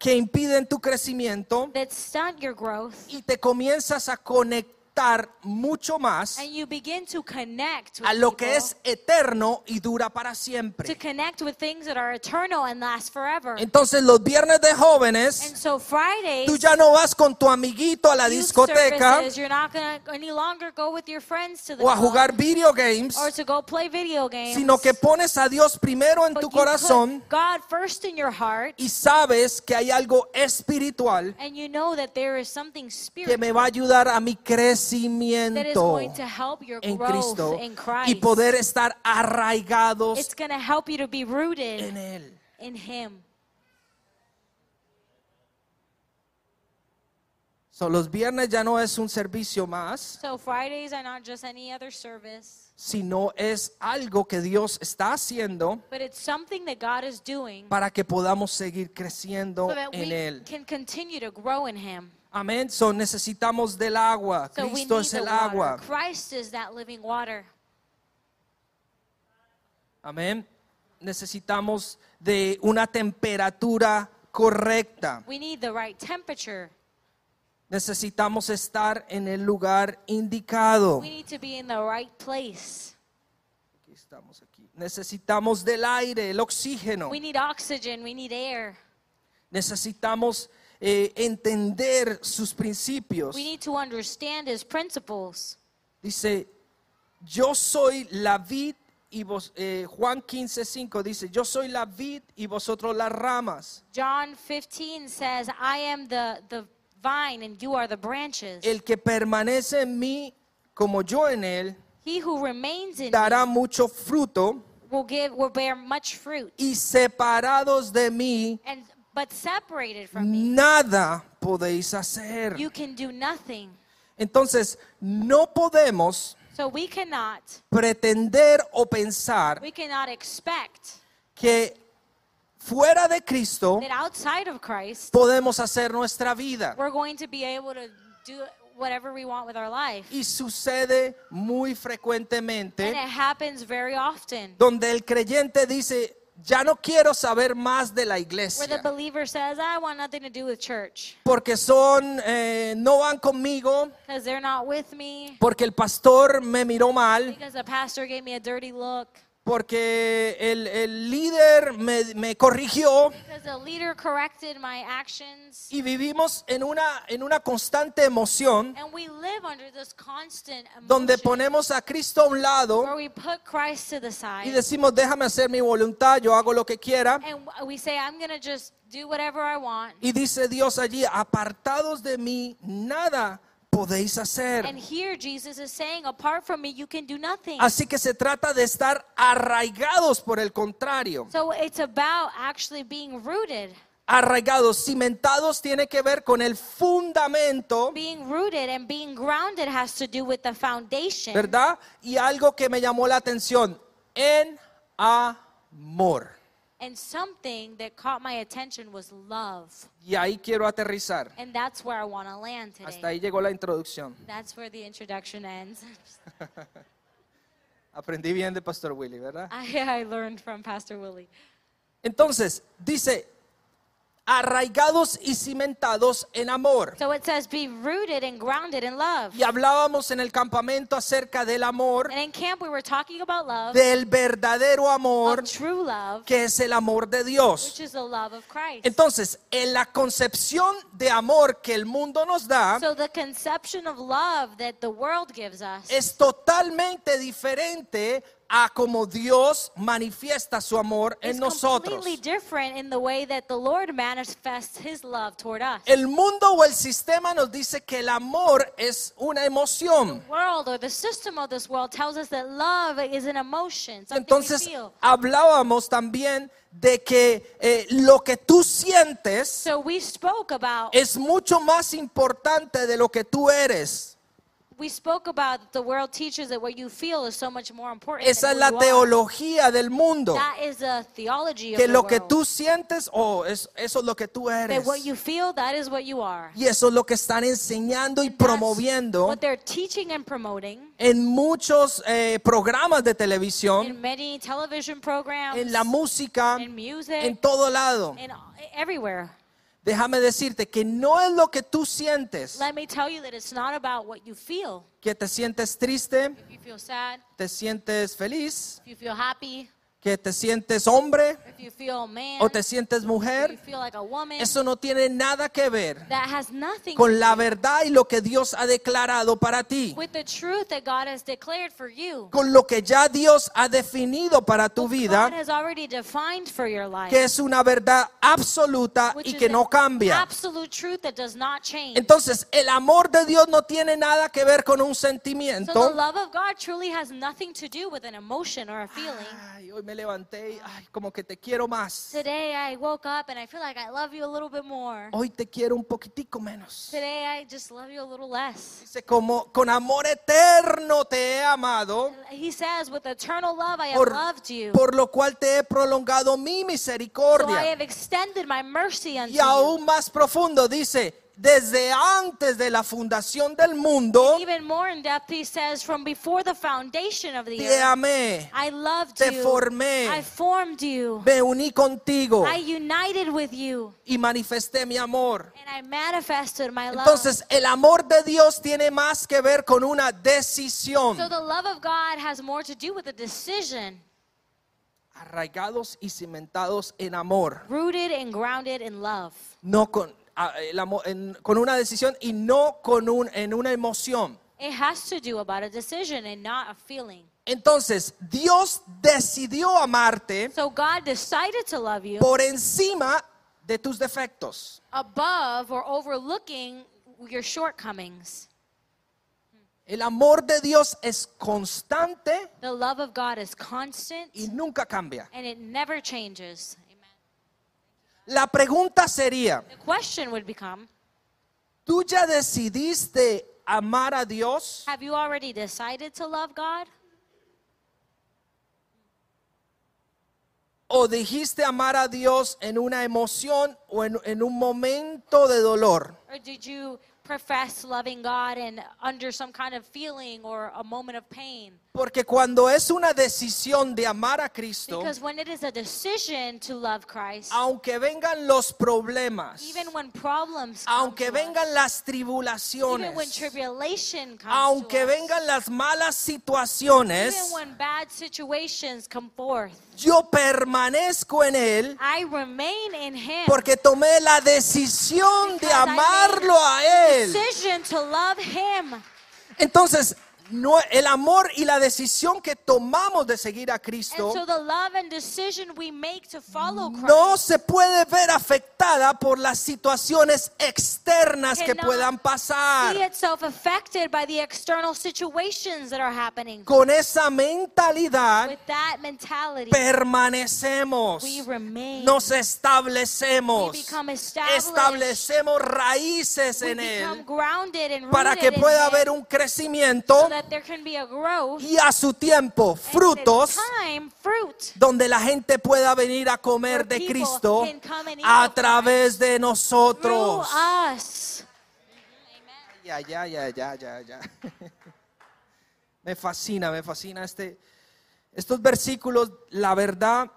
Speaker 1: Que impiden tu crecimiento
Speaker 2: that stunt your growth,
Speaker 1: y te comienzas a conectar mucho más
Speaker 2: and you begin to connect with
Speaker 1: a lo que
Speaker 2: people,
Speaker 1: es eterno y dura para
Speaker 2: to
Speaker 1: siempre.
Speaker 2: connect with things that are eternal and last forever.
Speaker 1: Entonces los viernes de
Speaker 2: And
Speaker 1: jóvenes,
Speaker 2: so Fridays,
Speaker 1: tú ya no vas con tu amiguito a la
Speaker 2: youth
Speaker 1: discoteca
Speaker 2: services, you're not gonna any longer go with your friends to the
Speaker 1: o a
Speaker 2: club
Speaker 1: jugar video games,
Speaker 2: or to go play video games.
Speaker 1: sino que pones a Dios primero en
Speaker 2: But
Speaker 1: tu
Speaker 2: you put
Speaker 1: corazón
Speaker 2: God first in your heart,
Speaker 1: y sabes que hay algo espiritual
Speaker 2: and you know that there is something
Speaker 1: que
Speaker 2: spiritual
Speaker 1: me va a ayudar a mi
Speaker 2: that
Speaker 1: crecimiento
Speaker 2: is going to help your
Speaker 1: en
Speaker 2: growth
Speaker 1: Cristo
Speaker 2: in Christ.
Speaker 1: y poder estar arraigados
Speaker 2: it's going to help you to be rooted
Speaker 1: en Él.
Speaker 2: in Him.
Speaker 1: So, los viernes ya no es un servicio más,
Speaker 2: So Fridays are not just any other service,
Speaker 1: sino es algo que Dios está haciendo
Speaker 2: but it's something that God is doing
Speaker 1: para que podamos seguir creciendo
Speaker 2: so that
Speaker 1: en
Speaker 2: we
Speaker 1: Él.
Speaker 2: can continue to grow in Him.
Speaker 1: Amén. So, necesitamos del agua.
Speaker 2: So we need
Speaker 1: Cristo es
Speaker 2: the
Speaker 1: el
Speaker 2: water.
Speaker 1: agua.
Speaker 2: Christ is that living water.
Speaker 1: Amén. Necesitamos de una temperatura correcta.
Speaker 2: We need the right temperature.
Speaker 1: Necesitamos estar en el lugar indicado.
Speaker 2: We need to be in the right place.
Speaker 1: Aquí estamos aquí. Necesitamos del aire, el oxígeno.
Speaker 2: We need oxygen. We need air.
Speaker 1: Necesitamos eh, entender sus principios.
Speaker 2: We need to understand his principles.
Speaker 1: Dice, yo soy la vid y vos, eh, Juan 15:5 dice, yo soy la vid y vosotros las ramas.
Speaker 2: John 15 says, I am the, the vine and you are the branches.
Speaker 1: El que permanece en mí como yo en él
Speaker 2: He who remains in me
Speaker 1: dará mucho fruto
Speaker 2: will give will bear much fruit.
Speaker 1: y separados de mí
Speaker 2: And but separated from me,
Speaker 1: nada podéis hacer.
Speaker 2: you can do nothing.
Speaker 1: Entonces, no podemos
Speaker 2: So we cannot
Speaker 1: pretender o pensar
Speaker 2: we cannot expect
Speaker 1: que fuera de Cristo
Speaker 2: that outside of Christ
Speaker 1: podemos hacer nuestra vida.
Speaker 2: we're going to be able to do whatever we want with our life.
Speaker 1: Y sucede muy
Speaker 2: And
Speaker 1: frecuentemente
Speaker 2: it happens very often
Speaker 1: donde el creyente dice, ya no quiero saber más de la
Speaker 2: where the
Speaker 1: iglesia,
Speaker 2: believer says, I want nothing to do with church
Speaker 1: porque son, eh, no van conmigo,
Speaker 2: because they're not with me,
Speaker 1: porque el pastor me miró mal,
Speaker 2: because the pastor gave me a dirty look,
Speaker 1: porque el, el líder me, me corrigió
Speaker 2: because the leader corrected my actions.
Speaker 1: y vivimos en una, en una constante emoción
Speaker 2: And we live under this constant
Speaker 1: donde
Speaker 2: emotion
Speaker 1: ponemos a Cristo a un lado
Speaker 2: where we put Christ to the
Speaker 1: y
Speaker 2: side
Speaker 1: decimos, déjame hacer mi voluntad, yo hago lo que quiera.
Speaker 2: and we say, I'm going to just do whatever I want.
Speaker 1: Y dice Dios allí, apartados de mí, nada podéis hacer.
Speaker 2: And here Jesus is saying, apart from me, you can do nothing.
Speaker 1: Así que se trata de estar arraigados por el contrario.
Speaker 2: So it's about actually being rooted.
Speaker 1: Arraigados, cimentados tiene que ver con el fundamento,
Speaker 2: Being rooted and being grounded has to do with the foundation.
Speaker 1: ¿verdad? Y algo que me llamó la atención, en amor.
Speaker 2: And something that caught my attention was love.
Speaker 1: Y ahí quiero aterrizar.
Speaker 2: And that's where I want to land
Speaker 1: Hasta
Speaker 2: today.
Speaker 1: ahí llegó la introducción.
Speaker 2: That's where the introduction ends. [LAUGHS]
Speaker 1: Aprendí bien de Pastor Willy, ¿verdad?
Speaker 2: I, [LAUGHS] I learned from Pastor Willie.
Speaker 1: Entonces, dice, arraigados y cimentados en amor.
Speaker 2: So it says, be rooted and grounded in love.
Speaker 1: Y hablábamos en el campamento acerca del amor,
Speaker 2: And in camp, we were talking about love,
Speaker 1: del verdadero amor,
Speaker 2: of true love,
Speaker 1: que es el amor de Dios.
Speaker 2: which is the love of Christ.
Speaker 1: Entonces, en la concepción de amor que el mundo nos da,
Speaker 2: So the conception of love that the world gives us
Speaker 1: es totalmente diferente a como Dios manifiesta su amor en
Speaker 2: is
Speaker 1: nosotros.
Speaker 2: completely different in the way that the Lord manifests His love toward us.
Speaker 1: El mundo o el sistema nos dice que el amor es una emoción.
Speaker 2: world or the system of this world tells us that love is an emotion, something
Speaker 1: Entonces
Speaker 2: we feel.
Speaker 1: hablábamos también de que eh, lo que tú sientes
Speaker 2: So we spoke about
Speaker 1: es mucho más importante de lo que tú eres.
Speaker 2: we spoke about that the world teaches that what you feel is so much more important.
Speaker 1: Esa es
Speaker 2: than
Speaker 1: la
Speaker 2: who you are.
Speaker 1: teología del mundo,
Speaker 2: That is a theology
Speaker 1: que
Speaker 2: of the
Speaker 1: lo que
Speaker 2: world.
Speaker 1: tú sientes, oh, es- eso es lo que tú
Speaker 2: that
Speaker 1: eres.
Speaker 2: what you feel, that is what you are.
Speaker 1: Y eso es lo que están enseñando y
Speaker 2: And that's
Speaker 1: promoviendo
Speaker 2: What they're teaching and promoting
Speaker 1: en muchos eh, programas de televisión,
Speaker 2: in many television programs,
Speaker 1: en la música,
Speaker 2: in music,
Speaker 1: en todo lado.
Speaker 2: in everywhere.
Speaker 1: Déjame decirte que no es lo que tú sientes,
Speaker 2: Let me tell you that it's not about what you feel.
Speaker 1: que te sientes triste,
Speaker 2: If you feel sad,
Speaker 1: te sientes feliz,
Speaker 2: if you feel happy,
Speaker 1: que te sientes hombre
Speaker 2: if you feel man,
Speaker 1: o te sientes
Speaker 2: if you
Speaker 1: mujer,
Speaker 2: feel like a woman,
Speaker 1: eso no tiene nada que ver
Speaker 2: that has nothing to
Speaker 1: con la verdad y lo que Dios ha declarado para ti,
Speaker 2: do with the truth that God has declared for you.
Speaker 1: con lo que ya Dios ha definido para tu
Speaker 2: What God
Speaker 1: vida,
Speaker 2: has already defined for your life,
Speaker 1: que es una verdad absoluta
Speaker 2: which
Speaker 1: y
Speaker 2: is
Speaker 1: que no
Speaker 2: an
Speaker 1: cambia.
Speaker 2: absolute truth that does not change.
Speaker 1: Entonces, el amor de Dios no tiene nada que ver con un
Speaker 2: So the
Speaker 1: sentimiento.
Speaker 2: love of God truly has nothing to do with an emotion or a feeling.
Speaker 1: Ay, hoy me levanté y ay, como que te quiero más.
Speaker 2: Today I woke up and I feel like I love you a little bit more.
Speaker 1: Hoy te quiero un poquitico menos.
Speaker 2: Today I just love you a little less.
Speaker 1: Dice, como con amor eterno te he amado,
Speaker 2: He says, with eternal love I have
Speaker 1: por,
Speaker 2: loved you.
Speaker 1: por lo cual te he prolongado mi
Speaker 2: So I
Speaker 1: misericordia.
Speaker 2: have extended my mercy unto
Speaker 1: Y
Speaker 2: you.
Speaker 1: aún más profundo, dice, desde antes de la fundación del mundo,
Speaker 2: Even more in depth, he says, from before the foundation of the
Speaker 1: te
Speaker 2: earth,
Speaker 1: amé,
Speaker 2: I loved
Speaker 1: te
Speaker 2: you.
Speaker 1: formé.
Speaker 2: I formed you.
Speaker 1: me uní contigo
Speaker 2: I united with you.
Speaker 1: y manifesté mi amor.
Speaker 2: And I manifested my love.
Speaker 1: Entonces, el amor de Dios tiene más que ver con una decisión.
Speaker 2: so the love of God has more to do with a decision.
Speaker 1: Arraigados y cimentados en amor.
Speaker 2: rooted and grounded in love.
Speaker 1: no con, a- el amo- en- con una decisión y no con un, en una emoción.
Speaker 2: It has to do about a decision and not a feeling.
Speaker 1: Entonces, Dios decidió amarte
Speaker 2: So God decided to love you
Speaker 1: por encima de tus defectos.
Speaker 2: above or overlooking your shortcomings.
Speaker 1: El amor de Dios es constante
Speaker 2: The love of God is constant
Speaker 1: y nunca cambia.
Speaker 2: and it never changes. Amen.
Speaker 1: La pregunta sería,
Speaker 2: The question would become
Speaker 1: ¿tú ya decidiste amar a Dios?
Speaker 2: Have you already decided to love God?
Speaker 1: ¿O dijiste amar a Dios en una emoción o en, en un momento de dolor?
Speaker 2: Or did you profess loving God and under some kind of feeling or a moment of pain?
Speaker 1: Porque cuando es una decisión de amar a Cristo,
Speaker 2: Because when it is a decision to love Christ,
Speaker 1: aunque vengan los problemas,
Speaker 2: even when problems come,
Speaker 1: aunque
Speaker 2: to us,
Speaker 1: vengan las
Speaker 2: even when
Speaker 1: tribulaciones,
Speaker 2: tribulation comes, to
Speaker 1: aunque
Speaker 2: us,
Speaker 1: vengan las malas
Speaker 2: even
Speaker 1: situaciones,
Speaker 2: when bad situations come forth,
Speaker 1: yo permanezco en Él
Speaker 2: I remain in Him.
Speaker 1: porque tomé la decisión de
Speaker 2: Because I made
Speaker 1: amarlo a Él.
Speaker 2: Decision to love Him.
Speaker 1: Entonces, no- el amor y la decisión que tomamos de seguir a
Speaker 2: And so
Speaker 1: Cristo
Speaker 2: the love and decision we make to follow Christ
Speaker 1: no se puede ver afectada por las situaciones externas que
Speaker 2: Cannot
Speaker 1: puedan pasar.
Speaker 2: see itself affected by the external situations that are happening.
Speaker 1: Con esa mentalidad
Speaker 2: With that mentality,
Speaker 1: permanecemos,
Speaker 2: we remain.
Speaker 1: nos
Speaker 2: we
Speaker 1: establecemos,
Speaker 2: become established.
Speaker 1: establecemos raíces
Speaker 2: We
Speaker 1: en
Speaker 2: become
Speaker 1: Él
Speaker 2: grounded and
Speaker 1: para
Speaker 2: rooted
Speaker 1: que
Speaker 2: in
Speaker 1: pueda
Speaker 2: Him
Speaker 1: haber un crecimiento
Speaker 2: so that there can be a growth
Speaker 1: y a su tiempo frutos
Speaker 2: and in time, fruit.
Speaker 1: donde la gente pueda venir a comer
Speaker 2: Where
Speaker 1: de
Speaker 2: people
Speaker 1: Cristo
Speaker 2: can come and eat
Speaker 1: a
Speaker 2: of
Speaker 1: través de
Speaker 2: Through
Speaker 1: nosotros.
Speaker 2: us.
Speaker 1: Ya, ya, ya, ya, ya, ya. [LAUGHS] Me fascina, me fascina este, estos versículos. La verdad,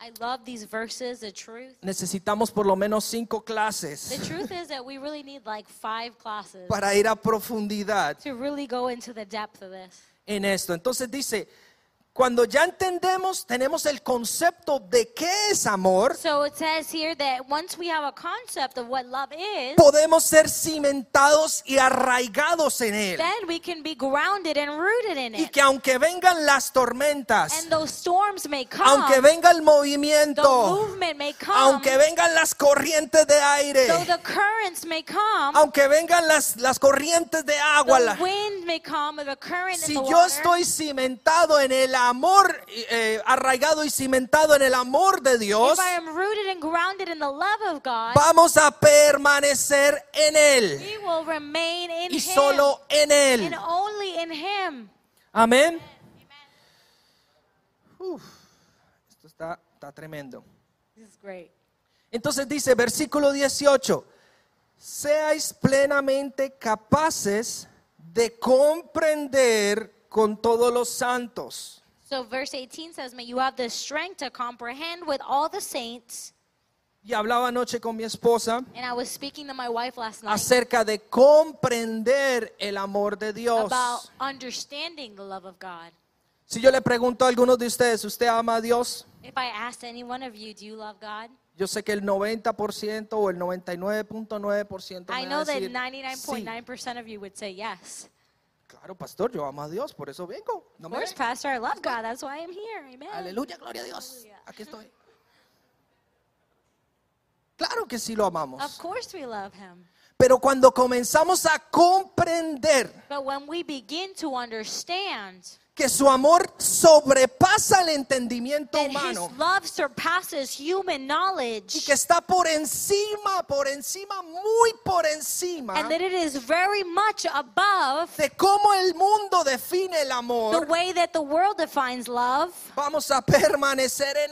Speaker 2: I love these verses, the truth.
Speaker 1: necesitamos por lo menos cinco
Speaker 2: The
Speaker 1: clases
Speaker 2: truth is that we really need like five classes
Speaker 1: para ir a profundidad
Speaker 2: to really go into the depth of this.
Speaker 1: en esto. Entonces dice, cuando ya entendemos, tenemos el concepto de qué es amor,
Speaker 2: So it says here that once we have a concept of what love is,
Speaker 1: podemos ser cimentados y arraigados en él.
Speaker 2: then we can be grounded and rooted in
Speaker 1: Y
Speaker 2: it.
Speaker 1: que aunque vengan las tormentas,
Speaker 2: And those storms may come,
Speaker 1: aunque venga el
Speaker 2: the
Speaker 1: movimiento,
Speaker 2: movement may come,
Speaker 1: aunque vengan las corrientes de
Speaker 2: though
Speaker 1: aire,
Speaker 2: the currents may come,
Speaker 1: aunque vengan las, las corrientes de agua, la-
Speaker 2: the wind may come, or the current
Speaker 1: si
Speaker 2: in the
Speaker 1: yo
Speaker 2: water.
Speaker 1: estoy cimentado en el amor, eh, arraigado y cimentado en el amor de Dios,
Speaker 2: if I am rooted and grounded in the love of God,
Speaker 1: vamos a permanecer en Él
Speaker 2: we will remain in
Speaker 1: y
Speaker 2: Him
Speaker 1: solo en
Speaker 2: and
Speaker 1: Él.
Speaker 2: only in Him.
Speaker 1: Amén. Uf, esto está, está tremendo.
Speaker 2: This is great.
Speaker 1: Entonces dice, versículo 18, seáis plenamente capaces de comprender con todos los santos.
Speaker 2: So verse 18 says, May you have the strength to comprehend with all the saints.
Speaker 1: Y hablaba anoche con mi esposa
Speaker 2: And I was speaking to my wife last night
Speaker 1: acerca de comprender el amor de Dios.
Speaker 2: about understanding the love of God.
Speaker 1: Si yo le pregunto a algunos de ustedes, ¿usted ama a Dios?
Speaker 2: If I asked any one of you, Do you love God?
Speaker 1: Yo sé que el 90% o el 99.9% me
Speaker 2: I
Speaker 1: va
Speaker 2: know
Speaker 1: a
Speaker 2: that
Speaker 1: decir, sí,
Speaker 2: 99.9% of you would say yes.
Speaker 1: claro, pastor, yo amo a Dios, por eso vengo. No
Speaker 2: Of
Speaker 1: me
Speaker 2: course,
Speaker 1: ve.
Speaker 2: Pastor, I love God. That's why I'm here. Amen.
Speaker 1: Aleluya, gloria a Dios.
Speaker 2: Aleluya.
Speaker 1: Aquí estoy. Claro que sí lo
Speaker 2: Of
Speaker 1: amamos.
Speaker 2: course, we love Him.
Speaker 1: Pero cuando comenzamos a comprender
Speaker 2: But when we begin to understand
Speaker 1: que su amor sobrepasa el entendimiento
Speaker 2: that His
Speaker 1: humano
Speaker 2: love surpasses human
Speaker 1: y
Speaker 2: knowledge,
Speaker 1: que está por encima, por encima, muy por encima
Speaker 2: and that it is very much above
Speaker 1: de cómo el mundo define el
Speaker 2: the
Speaker 1: amor,
Speaker 2: way that the world defines love,
Speaker 1: vamos a permanecer en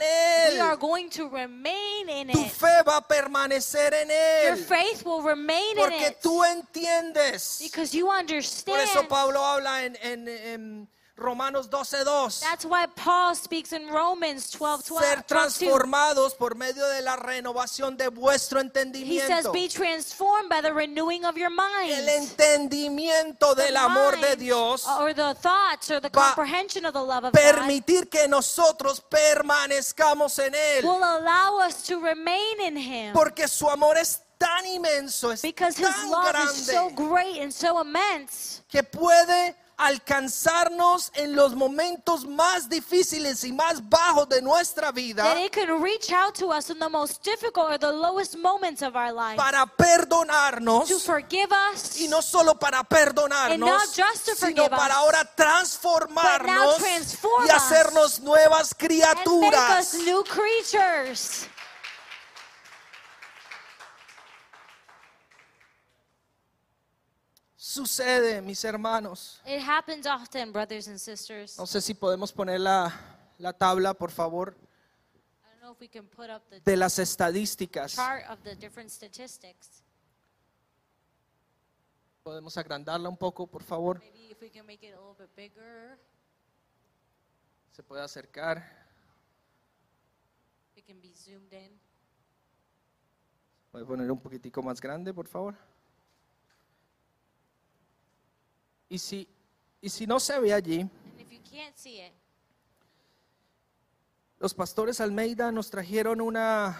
Speaker 2: we are
Speaker 1: él.
Speaker 2: going to remain in
Speaker 1: Tu
Speaker 2: it.
Speaker 1: fe va a permanecer en
Speaker 2: Your
Speaker 1: él
Speaker 2: faith will remain in
Speaker 1: porque
Speaker 2: it
Speaker 1: tú entiendes.
Speaker 2: because you
Speaker 1: Por
Speaker 2: understand.
Speaker 1: eso Pablo habla en, en- en Romanos 12:2.
Speaker 2: That's why Paul speaks in Romans 12
Speaker 1: Ser
Speaker 2: 12. 12.
Speaker 1: transformados por medio de la renovación de vuestro
Speaker 2: He says,
Speaker 1: entendimiento.
Speaker 2: Be transformed by the renewing of your mind.
Speaker 1: El entendimiento
Speaker 2: The
Speaker 1: del amor de
Speaker 2: mind,
Speaker 1: Dios
Speaker 2: Or the thoughts or the
Speaker 1: va-
Speaker 2: comprehension of the love of God
Speaker 1: permitir que nosotros permanezcamos en
Speaker 2: will
Speaker 1: Él.
Speaker 2: allow us to remain in Him
Speaker 1: Porque su amor es tan inmenso, es
Speaker 2: because His
Speaker 1: tan
Speaker 2: love is so
Speaker 1: grande,
Speaker 2: great and so immense
Speaker 1: que puede alcanzarnos en los momentos más difíciles y más bajos de nuestra vida
Speaker 2: that it can reach out to us in the most difficult or the lowest moments of our life
Speaker 1: para
Speaker 2: to
Speaker 1: perdonarnos
Speaker 2: forgive us
Speaker 1: y no solo para perdonarnos,
Speaker 2: And not just to
Speaker 1: sino
Speaker 2: forgive us,
Speaker 1: para ahora transformarnos
Speaker 2: but now transform
Speaker 1: y
Speaker 2: us
Speaker 1: hacernos nuevas
Speaker 2: and make us
Speaker 1: criaturas.
Speaker 2: new creatures.
Speaker 1: Sucede, mis hermanos.
Speaker 2: It happens often, brothers and sisters.
Speaker 1: No sé si podemos poner la, la tabla, por favor,
Speaker 2: I don't know if we can put up the
Speaker 1: de las estadísticas.
Speaker 2: chart of the different statistics.
Speaker 1: Podemos agrandarla un poco, por favor.
Speaker 2: Maybe if we can make it a little bit bigger,
Speaker 1: Se puede acercar.
Speaker 2: it can be zoomed in.
Speaker 1: Puede poner un poquitico más grande, por favor. Y si, y si no se ve allí,
Speaker 2: And if you can't see it,
Speaker 1: Los pastores Almeida nos trajeron una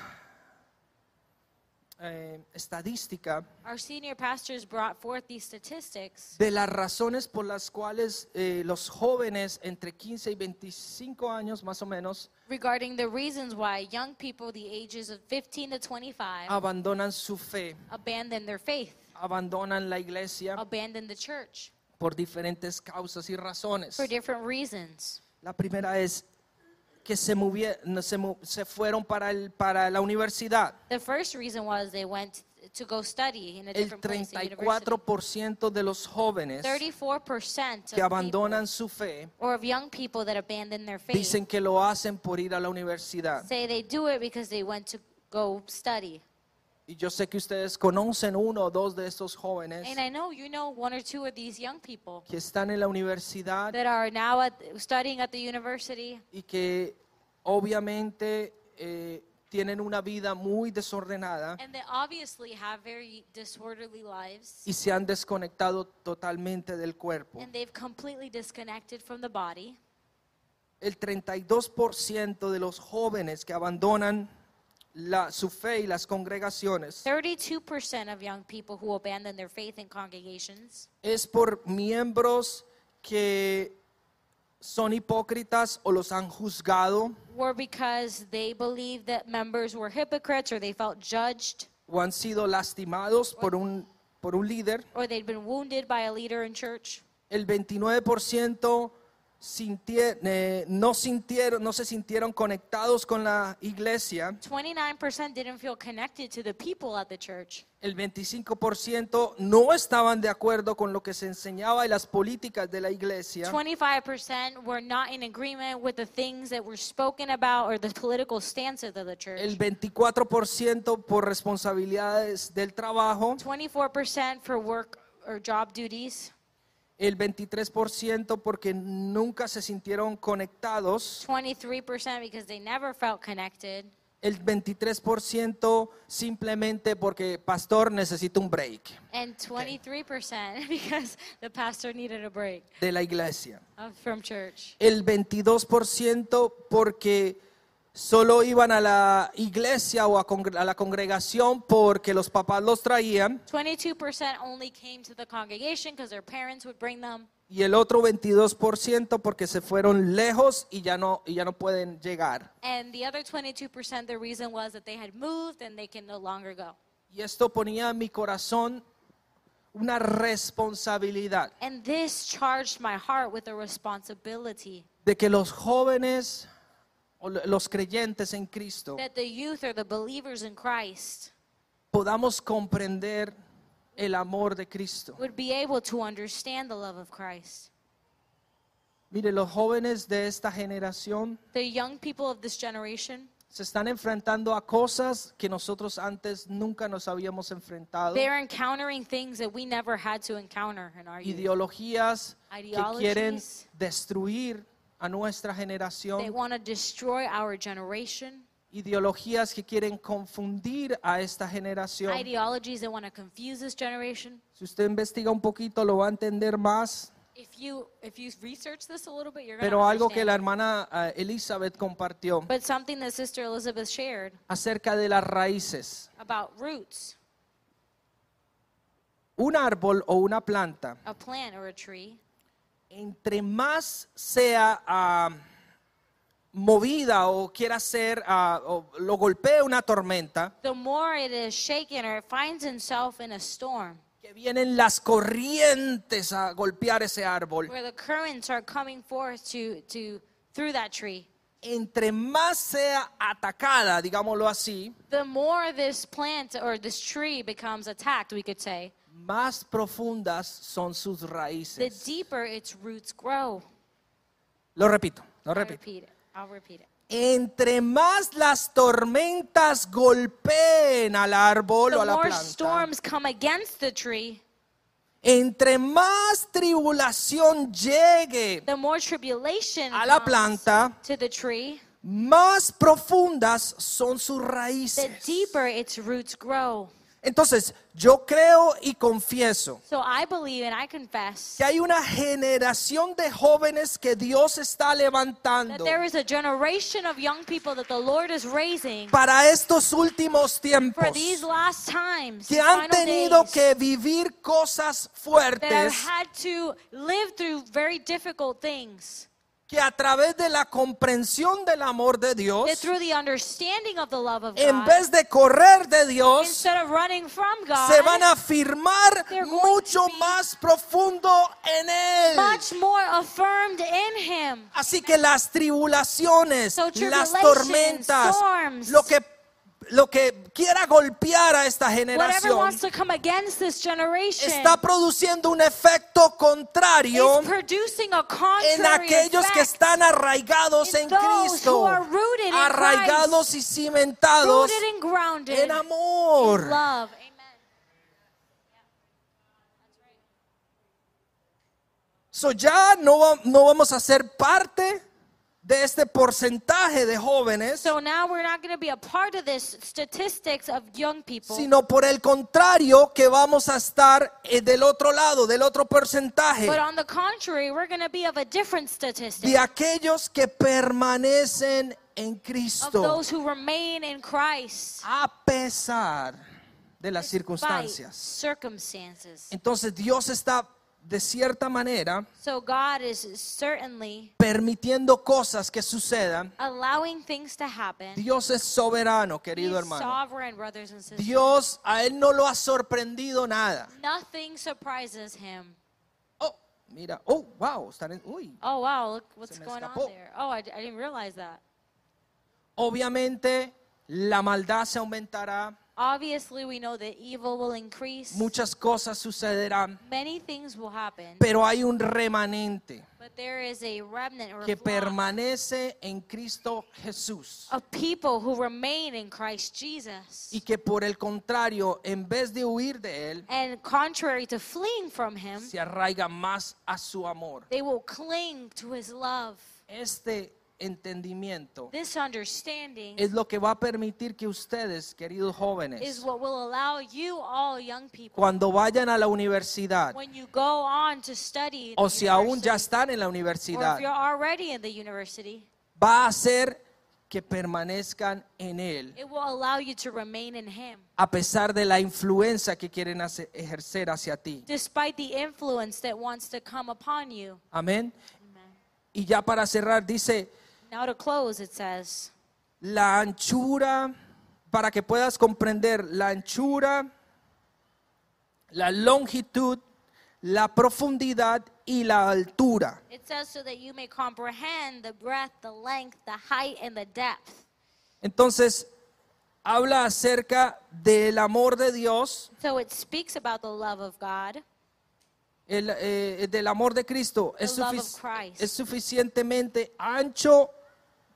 Speaker 1: eh, estadística
Speaker 2: our senior pastors brought forth these statistics
Speaker 1: de las razones por las cuales eh, los jóvenes entre 15 y 25 años más o menos
Speaker 2: regarding the reasons why young people the ages of 15 to 25
Speaker 1: Um. abandonan su fe,
Speaker 2: abandon their faith,
Speaker 1: abandonan la iglesia
Speaker 2: abandon the church
Speaker 1: por diferentes causas y razones.
Speaker 2: for different reasons.
Speaker 1: La primera es que se, movie- no, se, mu- se fueron para, el- para la universidad.
Speaker 2: The first reason was they went to go study in a
Speaker 1: El
Speaker 2: different place, a university.
Speaker 1: 34% de los jóvenes
Speaker 2: 34%
Speaker 1: que
Speaker 2: of people,
Speaker 1: abandonan su fe
Speaker 2: or of young people that abandon their faith
Speaker 1: Dicen que lo hacen por ir a la universidad.
Speaker 2: say they do it because they went to go study.
Speaker 1: Y yo sé que ustedes conocen uno o dos de estos jóvenes
Speaker 2: And I know you know one or two of these young people
Speaker 1: que están en la universidad
Speaker 2: that are now at, studying at the university
Speaker 1: y que obviamente eh, tienen una vida muy desordenada
Speaker 2: and they obviously have very disorderly lives
Speaker 1: y se han desconectado totalmente del cuerpo.
Speaker 2: and they've completely disconnected from the body.
Speaker 1: El 32% de los jóvenes que abandonan la- su fe y las congregaciones
Speaker 2: 32% of young people who abandon their faith in congregations
Speaker 1: es por miembros que son hipócritas o los han juzgado.
Speaker 2: were because they believed that members were hypocrites or they felt judged
Speaker 1: o han sido lastimados por un, por un líder.
Speaker 2: or they'd been wounded by a leader in church.
Speaker 1: El 29% sintie- eh, no, sintieron, no se sintieron conectados con la iglesia.
Speaker 2: 29% didn't feel connected to the people at the church.
Speaker 1: El 25% no estaban de acuerdo con lo que se enseñaba y las políticas de la iglesia.
Speaker 2: 25% were not in agreement with the things that were spoken about or the political stances of the church.
Speaker 1: El 24% por responsabilidades del trabajo.
Speaker 2: 24% for work or job duties.
Speaker 1: El 23% porque nunca se sintieron conectados.
Speaker 2: 23% because they never felt connected.
Speaker 1: El 23% simplemente porque, pastor, necesito un break
Speaker 2: And 23% [LAUGHS] because the pastor needed a break
Speaker 1: de la iglesia.
Speaker 2: uh, from church.
Speaker 1: El 22% porque solo iban a la iglesia o a, congre- a la congregación porque los papás los traían.
Speaker 2: 22% only came to the congregation because their parents would bring them.
Speaker 1: Y el otro 22% porque se fueron lejos y ya no, y ya no pueden llegar.
Speaker 2: And the other 22%, the reason was that they had moved and they can no longer go.
Speaker 1: Y esto ponía en mi corazón una responsabilidad
Speaker 2: And this charged my heart with a responsibility
Speaker 1: de que los jóvenes o lo- los creyentes en Cristo
Speaker 2: that the youth or the believers in Christ
Speaker 1: podamos comprender el amor de Cristo.
Speaker 2: would be able to understand the love of Christ.
Speaker 1: Mire, los jóvenes de esta generación
Speaker 2: The young people of this generation,
Speaker 1: se están enfrentando a cosas que nosotros antes nunca nos habíamos enfrentado,
Speaker 2: they're encountering things that we never had to encounter in our youth.
Speaker 1: ideologías que quieren
Speaker 2: Ideologies.
Speaker 1: destruir a nuestra
Speaker 2: They
Speaker 1: generación,
Speaker 2: want to destroy our generation,
Speaker 1: ideologías que quieren confundir a esta generación.
Speaker 2: ideologies that want to confuse this generation.
Speaker 1: Si usted investiga un poquito lo va a entender más,
Speaker 2: If you if you research this a little bit, you're going to
Speaker 1: pero algo que
Speaker 2: understand.
Speaker 1: la hermana eh, Elizabeth compartió
Speaker 2: But something that Sister Elizabeth shared
Speaker 1: acerca de las raíces.
Speaker 2: about roots,
Speaker 1: Un árbol o una planta
Speaker 2: a plant or a tree,
Speaker 1: entre más sea ah, movida o quiera ser, ah, o lo golpee una tormenta,
Speaker 2: the more it is shaken or it finds itself in a storm
Speaker 1: que vienen las corrientes a golpear ese árbol,
Speaker 2: where the currents are coming forth to, to through that tree.
Speaker 1: entre más sea atacada, digámoslo así,
Speaker 2: The more this plant or this tree becomes attacked, we could say,
Speaker 1: más profundas son sus
Speaker 2: the
Speaker 1: raíces.
Speaker 2: deeper its roots grow.
Speaker 1: Lo repito, lo
Speaker 2: I'll
Speaker 1: repito.
Speaker 2: repeat it. I'll repeat it.
Speaker 1: Entre más las tormentas golpeen al árbol o a
Speaker 2: The
Speaker 1: la
Speaker 2: more
Speaker 1: planta,
Speaker 2: storms come against the tree,
Speaker 1: entre más tribulación llegue
Speaker 2: the more tribulation
Speaker 1: a la
Speaker 2: comes
Speaker 1: planta,
Speaker 2: to the tree,
Speaker 1: más profundas son sus
Speaker 2: the
Speaker 1: raíces.
Speaker 2: deeper its roots grow.
Speaker 1: Entonces, yo creo y confieso
Speaker 2: So I believe and I confess
Speaker 1: que hay una generación de jóvenes que Dios está
Speaker 2: that
Speaker 1: levantando
Speaker 2: there is a generation of young people that the Lord is raising
Speaker 1: para estos últimos tiempos
Speaker 2: for these last times,
Speaker 1: que
Speaker 2: these
Speaker 1: han
Speaker 2: final
Speaker 1: tenido
Speaker 2: days,
Speaker 1: que vivir cosas
Speaker 2: that have
Speaker 1: fuertes
Speaker 2: had to live through very difficult things.
Speaker 1: que a través de la comprensión del amor de Dios,
Speaker 2: That through the understanding of the love of
Speaker 1: en
Speaker 2: God,
Speaker 1: vez de correr de Dios,
Speaker 2: instead of running from God,
Speaker 1: se van a firmar
Speaker 2: they're going to
Speaker 1: mucho
Speaker 2: be
Speaker 1: más profundo en Él.
Speaker 2: much more affirmed in Him.
Speaker 1: Así que las tribulaciones,
Speaker 2: So
Speaker 1: las
Speaker 2: tribulations,
Speaker 1: tormentas,
Speaker 2: storms,
Speaker 1: lo que, lo que quiera golpear a esta
Speaker 2: Whatever
Speaker 1: generación,
Speaker 2: wants to come against this generation
Speaker 1: está produciendo un efecto contrario
Speaker 2: is producing a contrary
Speaker 1: en aquellos que
Speaker 2: effect
Speaker 1: están arraigados
Speaker 2: in
Speaker 1: en
Speaker 2: those who
Speaker 1: Cristo,
Speaker 2: are rooted in
Speaker 1: arraigados y cimentados
Speaker 2: rooted and grounded
Speaker 1: en amor.
Speaker 2: in love. Amen.
Speaker 1: So ya no, va- no vamos a ser parte de este porcentaje de jóvenes,
Speaker 2: So now we're not going to be a part of this statistics of young people.
Speaker 1: sino por el contrario que vamos a estar eh, del otro lado, del otro porcentaje,
Speaker 2: But on the contrary, we're going to be of a different statistic
Speaker 1: de aquellos que permanecen en
Speaker 2: of
Speaker 1: Cristo
Speaker 2: those who remain in Christ
Speaker 1: a pesar de las
Speaker 2: despite
Speaker 1: circunstancias.
Speaker 2: circumstances.
Speaker 1: Entonces Dios está de cierta manera
Speaker 2: So God is certainly
Speaker 1: permitiendo cosas que sucedan.
Speaker 2: allowing things to happen.
Speaker 1: Dios es soberano,
Speaker 2: He's
Speaker 1: querido hermano.
Speaker 2: sovereign, brothers and sisters.
Speaker 1: Dios a él no lo ha sorprendido nada.
Speaker 2: Nothing surprises him.
Speaker 1: Oh, mira, oh, wow, están en- uy.
Speaker 2: Oh wow, look what's
Speaker 1: Se me
Speaker 2: going on
Speaker 1: escapó.
Speaker 2: there. Oh, I, d- I didn't realize that.
Speaker 1: Obviamente la maldad se aumentará,
Speaker 2: Obviously, we know that evil will increase.
Speaker 1: muchas cosas sucederán,
Speaker 2: Many things will happen,
Speaker 1: pero hay un remanente
Speaker 2: but there is a remnant or a
Speaker 1: que
Speaker 2: flock
Speaker 1: permanece en Cristo Jesús
Speaker 2: of people who remain in Christ Jesus.
Speaker 1: y que por el contrario, en vez de huir de él,
Speaker 2: And contrary to fleeing from him,
Speaker 1: se arraiga más a su amor.
Speaker 2: they will cling to his love.
Speaker 1: Este entendimiento
Speaker 2: This understanding
Speaker 1: es lo que va a permitir que ustedes, queridos
Speaker 2: is
Speaker 1: jóvenes,
Speaker 2: what will allow you all young people
Speaker 1: cuando vayan a la universidad
Speaker 2: when you go on to study in the
Speaker 1: o si aún ya
Speaker 2: university,
Speaker 1: están en la
Speaker 2: or if
Speaker 1: universidad,
Speaker 2: you're already in the university,
Speaker 1: va a hacer que permanezcan en él
Speaker 2: it will allow you to remain in him
Speaker 1: a pesar de la influencia que quieren hace- ejercer hacia ti.
Speaker 2: despite the influence that wants to come upon you.
Speaker 1: Amén. Y ya para cerrar dice,
Speaker 2: Now to close it says
Speaker 1: la anchura, para que puedas comprender la anchura, la longitud, la profundidad y la altura.
Speaker 2: it says so that you may comprehend the breadth, the length, the height and the depth.
Speaker 1: Entonces, habla acerca del amor de Dios,
Speaker 2: So it speaks about the love of God.
Speaker 1: el, eh, del amor de Cristo. Es,
Speaker 2: The love of
Speaker 1: sufic-
Speaker 2: Christ.
Speaker 1: es suficientemente ancho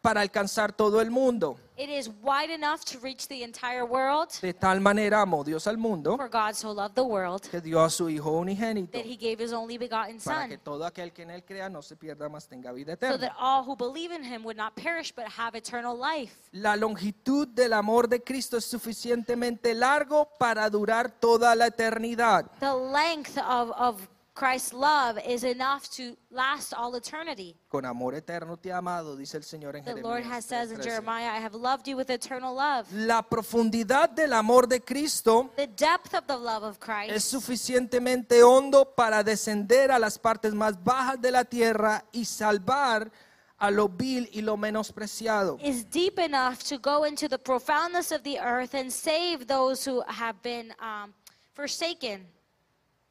Speaker 1: para alcanzar todo el mundo.
Speaker 2: It is wide enough to reach the entire world.
Speaker 1: De tal manera amó Dios al mundo
Speaker 2: For God so loved the world
Speaker 1: que dio a su Hijo unigénito
Speaker 2: that he gave his only begotten
Speaker 1: para que
Speaker 2: son
Speaker 1: todo aquel que en él crea no se pierda más tenga vida
Speaker 2: so
Speaker 1: eterna.
Speaker 2: that all who believe in him would not perish but have eternal life.
Speaker 1: La longitud del amor de Cristo es suficientemente largo para durar toda la eternidad.
Speaker 2: The length of, of Christ's love is enough to last all eternity.
Speaker 1: Con amor eterno te he amado, dice el Señor en
Speaker 2: The
Speaker 1: Jeremías.
Speaker 2: Lord has says in
Speaker 1: 3:13.
Speaker 2: Jeremiah, I have loved you with eternal love.
Speaker 1: La profundidad del amor de Cristo
Speaker 2: The depth of the love of
Speaker 1: es
Speaker 2: Christ
Speaker 1: suficientemente hondo para descender a las partes más bajas de la tierra y salvar a lo vil y lo menospreciado.
Speaker 2: is deep enough to go into the profoundness of the earth and save those who have been um, forsaken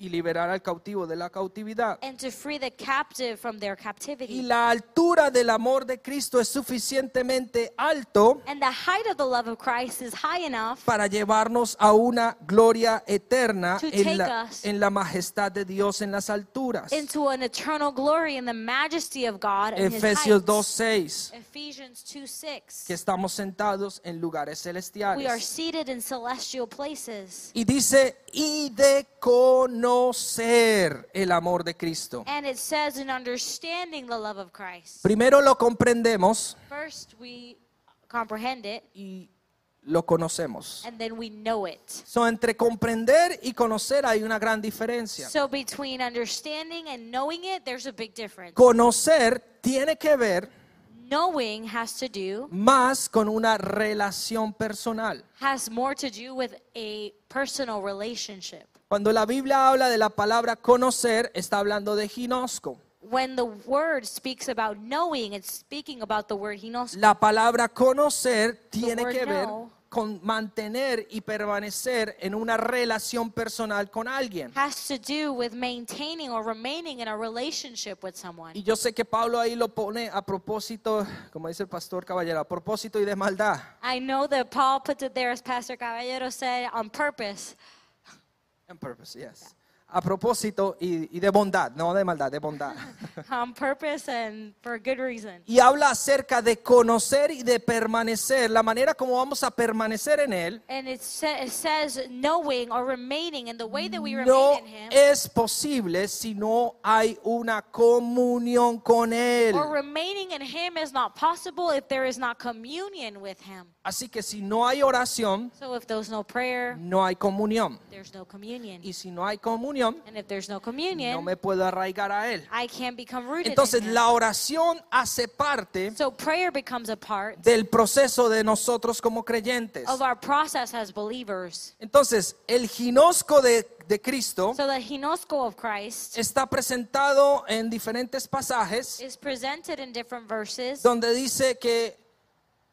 Speaker 1: y liberar al cautivo de la cautividad.
Speaker 2: and to free the captive from their
Speaker 1: Y
Speaker 2: captivity.
Speaker 1: la altura del amor de Cristo es suficientemente alto
Speaker 2: And the height of the love of Christ is high enough
Speaker 1: para llevarnos a una gloria eterna
Speaker 2: To
Speaker 1: en
Speaker 2: take
Speaker 1: la,
Speaker 2: us
Speaker 1: en la majestad de Dios en las alturas.
Speaker 2: into an eternal glory in the majesty of God and his
Speaker 1: Efesios
Speaker 2: heights.
Speaker 1: 2.6,
Speaker 2: Ephesians 2
Speaker 1: que
Speaker 2: 6.
Speaker 1: estamos sentados en lugares
Speaker 2: We are
Speaker 1: celestiales.
Speaker 2: seated in celestial places.
Speaker 1: Y dice, y de conocer el amor de Cristo.
Speaker 2: And it says in understanding the love of Christ.
Speaker 1: Primero lo comprendemos
Speaker 2: First, we comprehend it,
Speaker 1: y lo conocemos.
Speaker 2: and then we know it.
Speaker 1: So, entre comprender y conocer hay una gran diferencia.
Speaker 2: So, between understanding and knowing it, there's a big difference.
Speaker 1: Conocer tiene que ver
Speaker 2: Knowing has to do,
Speaker 1: más con una relación personal.
Speaker 2: has more to do with a personal relationship.
Speaker 1: Cuando la Biblia habla de la palabra conocer, está hablando de ginosco.
Speaker 2: When the word speaks about knowing, it's speaking about the word he knows.
Speaker 1: La palabra conocer tiene
Speaker 2: word
Speaker 1: que ver
Speaker 2: know.
Speaker 1: con mantener y permanecer en una relación personal con alguien.
Speaker 2: Has to do with maintaining or remaining in a relationship with someone.
Speaker 1: Y yo sé que Pablo ahí lo pone a propósito, como dice el pastor caballero, a propósito y de maldad.
Speaker 2: I know that Paul put it there, as Pastor Caballero said, on purpose.
Speaker 1: On purpose, yes. A propósito y, y de bondad, no de maldad, de
Speaker 2: [LAUGHS]
Speaker 1: bondad.
Speaker 2: on purpose and for good reason.
Speaker 1: y habla acerca de conocer y de permanecer, la manera como vamos a permanecer en Él.
Speaker 2: And it, sa- it says knowing or remaining, and the way that we
Speaker 1: No
Speaker 2: remain in Him
Speaker 1: es posible si no hay una comunión con Él.
Speaker 2: or remaining in Him is not possible if there is not communion with Him.
Speaker 1: Así que si no hay oración,
Speaker 2: So if there's no prayer,
Speaker 1: no hay comunión.
Speaker 2: there's no communion.
Speaker 1: Mm. Y si no hay comunión,
Speaker 2: And if there's no
Speaker 1: no
Speaker 2: communion,
Speaker 1: me puedo arraigar a Él.
Speaker 2: I can't become rooted
Speaker 1: Entonces
Speaker 2: in Him.
Speaker 1: la oración hace parte
Speaker 2: So prayer becomes a part
Speaker 1: del proceso de nosotros como creyentes.
Speaker 2: of our process as believers.
Speaker 1: Entonces, el ginosco de, de Cristo
Speaker 2: So the Hinosco of Christ
Speaker 1: está presentado en diferentes pasajes
Speaker 2: is presented in different verses.
Speaker 1: donde dice que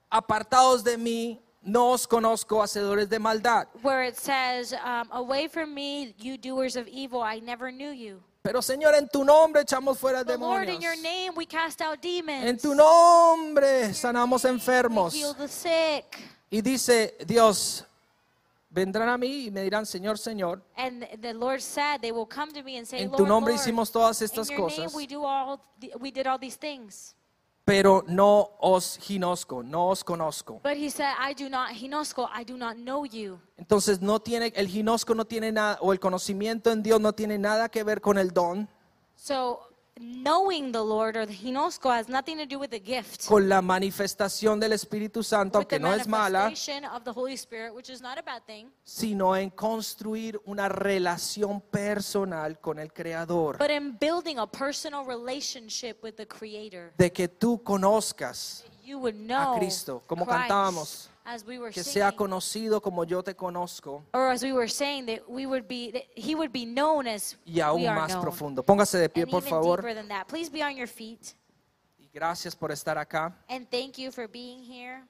Speaker 1: apartados de mí no os conozco hacedores de maldad.
Speaker 2: where it says, um, Away from me, you doers of evil, I never knew you.
Speaker 1: Pero Señor, en tu nombre echamos fuera
Speaker 2: But Lord, in
Speaker 1: demonios.
Speaker 2: your name we cast out demons.
Speaker 1: En tu nombre sanamos
Speaker 2: We
Speaker 1: enfermos.
Speaker 2: heal the sick.
Speaker 1: Y dice Dios, vendrán a mí y me dirán, Señor, Señor,
Speaker 2: And the Lord said, They will come to me and say,
Speaker 1: en
Speaker 2: Lord,
Speaker 1: tu nombre
Speaker 2: Lord,
Speaker 1: hicimos todas
Speaker 2: in
Speaker 1: estas
Speaker 2: your name
Speaker 1: cosas,
Speaker 2: we, do all th- we did all these things.
Speaker 1: pero no os ginosco, no os conozco.
Speaker 2: But he said, I do not, Hinosco, I do not know you.
Speaker 1: Entonces no tiene el ginosco no tiene nada o el conocimiento en Dios no tiene nada que ver con el don,
Speaker 2: So knowing the Lord or the Hinosco has nothing to do with the gift.
Speaker 1: con la manifestación del Espíritu Santo,
Speaker 2: With
Speaker 1: aunque
Speaker 2: the
Speaker 1: no es mala,
Speaker 2: manifestation of the Holy Spirit, which is not a bad thing.
Speaker 1: sino en construir una relación personal con el creador,
Speaker 2: But in building a personal relationship with the Creator,
Speaker 1: de que tú conozcas,
Speaker 2: you would know
Speaker 1: Cristo, como
Speaker 2: Christ,
Speaker 1: cantábamos,
Speaker 2: as we were
Speaker 1: que
Speaker 2: singing,
Speaker 1: sea conocido como yo te conozco
Speaker 2: or as we were saying that we would be, that He would be known as
Speaker 1: y aún
Speaker 2: we are
Speaker 1: más
Speaker 2: known.
Speaker 1: profundo. Póngase de pie,
Speaker 2: And
Speaker 1: por
Speaker 2: even
Speaker 1: favor.
Speaker 2: deeper than that, please be on your feet.
Speaker 1: Y gracias por estar acá.
Speaker 2: And thank you for being here.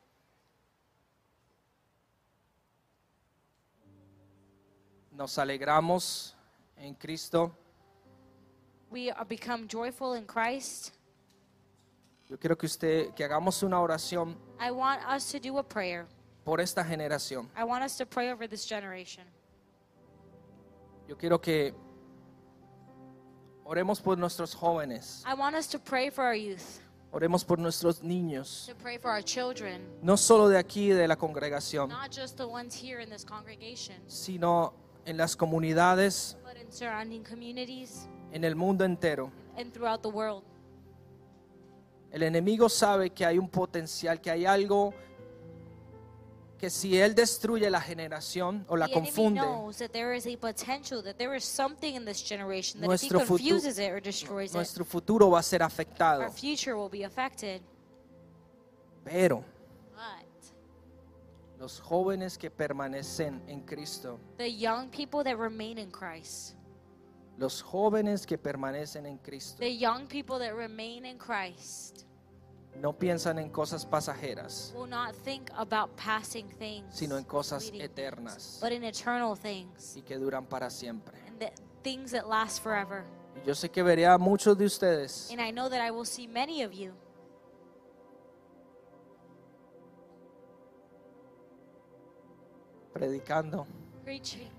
Speaker 1: Nos alegramos en Cristo.
Speaker 2: We are become joyful in Christ.
Speaker 1: Yo quiero que usted que hagamos una oración
Speaker 2: I want us to do a prayer.
Speaker 1: por esta generación.
Speaker 2: I want us to pray over this generation.
Speaker 1: Yo quiero que oremos por nuestros jóvenes,
Speaker 2: I want us to pray for our youth,
Speaker 1: oremos por nuestros niños,
Speaker 2: to pray for our children,
Speaker 1: no solo de aquí de la congregación,
Speaker 2: not just the ones here in this congregation.
Speaker 1: sino en las comunidades,
Speaker 2: but in surrounding communities
Speaker 1: en el mundo entero.
Speaker 2: and throughout the world.
Speaker 1: El enemigo sabe que hay un potencial, que hay algo que si él destruye la generación o la
Speaker 2: the enemy
Speaker 1: confunde,
Speaker 2: knows that there is a potential that there is something in this generation that
Speaker 1: Nuestro
Speaker 2: if
Speaker 1: futu-
Speaker 2: he confuses it or destroys
Speaker 1: nuestro futuro va a ser
Speaker 2: it,
Speaker 1: afectado.
Speaker 2: our future will be affected.
Speaker 1: Pero
Speaker 2: But
Speaker 1: los jóvenes que permanecen en Cristo,
Speaker 2: the young people that remain in Christ,
Speaker 1: los jóvenes que permanecen en Cristo,
Speaker 2: the young people that remain in Christ,
Speaker 1: no piensan en cosas pasajeras,
Speaker 2: will not think about passing things,
Speaker 1: sino en cosas
Speaker 2: fleeting things,
Speaker 1: eternas
Speaker 2: but in eternal things
Speaker 1: y que duran para siempre.
Speaker 2: and the things that last forever.
Speaker 1: Y yo sé que veré a muchos de ustedes
Speaker 2: And I know that I will see many of you
Speaker 1: predicando,
Speaker 2: preaching,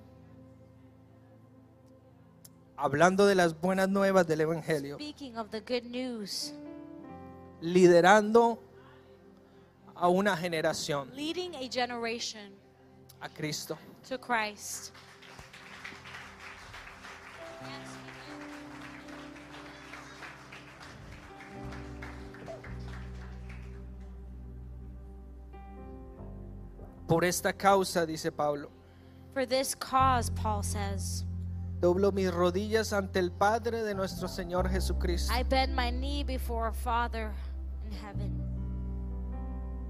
Speaker 1: hablando de las buenas nuevas del Evangelio,
Speaker 2: speaking of the good news,
Speaker 1: liderando a una generación
Speaker 2: leading a generation
Speaker 1: a Cristo.
Speaker 2: to Christ.
Speaker 1: Por esta causa, dice Pablo,
Speaker 2: For this cause, Paul says,
Speaker 1: doblo mis rodillas ante el Padre de nuestro Señor Jesucristo,
Speaker 2: I bend my knee before our Father in heaven,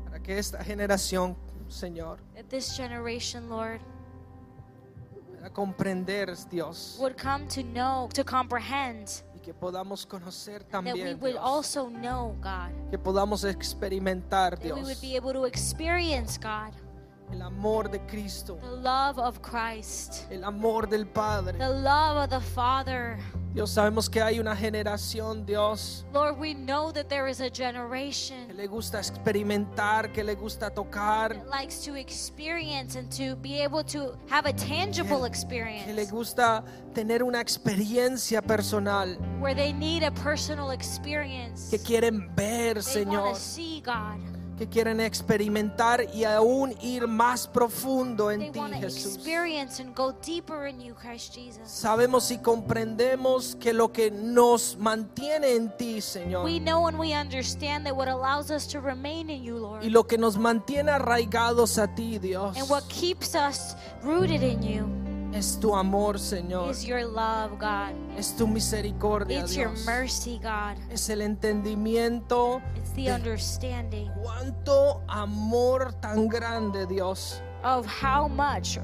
Speaker 1: para que esta generación, Señor,
Speaker 2: that this generation, Lord,
Speaker 1: pueda comprender, Dios,
Speaker 2: would come to know, to comprehend,
Speaker 1: y que podamos conocer
Speaker 2: that we
Speaker 1: también,
Speaker 2: would
Speaker 1: Dios,
Speaker 2: also know, God,
Speaker 1: que podamos experimentar,
Speaker 2: that we
Speaker 1: Dios,
Speaker 2: would be able to experience, God,
Speaker 1: el amor de Cristo,
Speaker 2: the love of Christ,
Speaker 1: el amor del Padre.
Speaker 2: the love of the Father.
Speaker 1: Dios, sabemos que hay una generación, Dios,
Speaker 2: Lord, we know that there is
Speaker 1: que
Speaker 2: a generation
Speaker 1: le gusta experimentar, que le gusta tocar,
Speaker 2: that likes to experience and to be able to have a tangible
Speaker 1: que le
Speaker 2: experience
Speaker 1: gusta tener una experiencia personal,
Speaker 2: where they need a personal experience.
Speaker 1: que quieren ver,
Speaker 2: They want
Speaker 1: Señor,
Speaker 2: to see God.
Speaker 1: que quieren experimentar y aún ir más profundo
Speaker 2: They
Speaker 1: en ti,
Speaker 2: want to
Speaker 1: Jesús.
Speaker 2: experience and go deeper in you, Christ Jesus.
Speaker 1: Sabemos y comprendemos que lo que nos mantiene en ti, Señor,
Speaker 2: We know and we understand that what allows us to remain in you, Lord,
Speaker 1: y lo que nos mantiene arraigados a ti, Dios,
Speaker 2: and what keeps us rooted in you
Speaker 1: es tu amor, Señor,
Speaker 2: is your love, God.
Speaker 1: es tu misericordia,
Speaker 2: It's your
Speaker 1: Dios.
Speaker 2: mercy, God.
Speaker 1: Es el entendimiento
Speaker 2: It's the understanding
Speaker 1: cuánto amor tan grande, Dios,
Speaker 2: of how much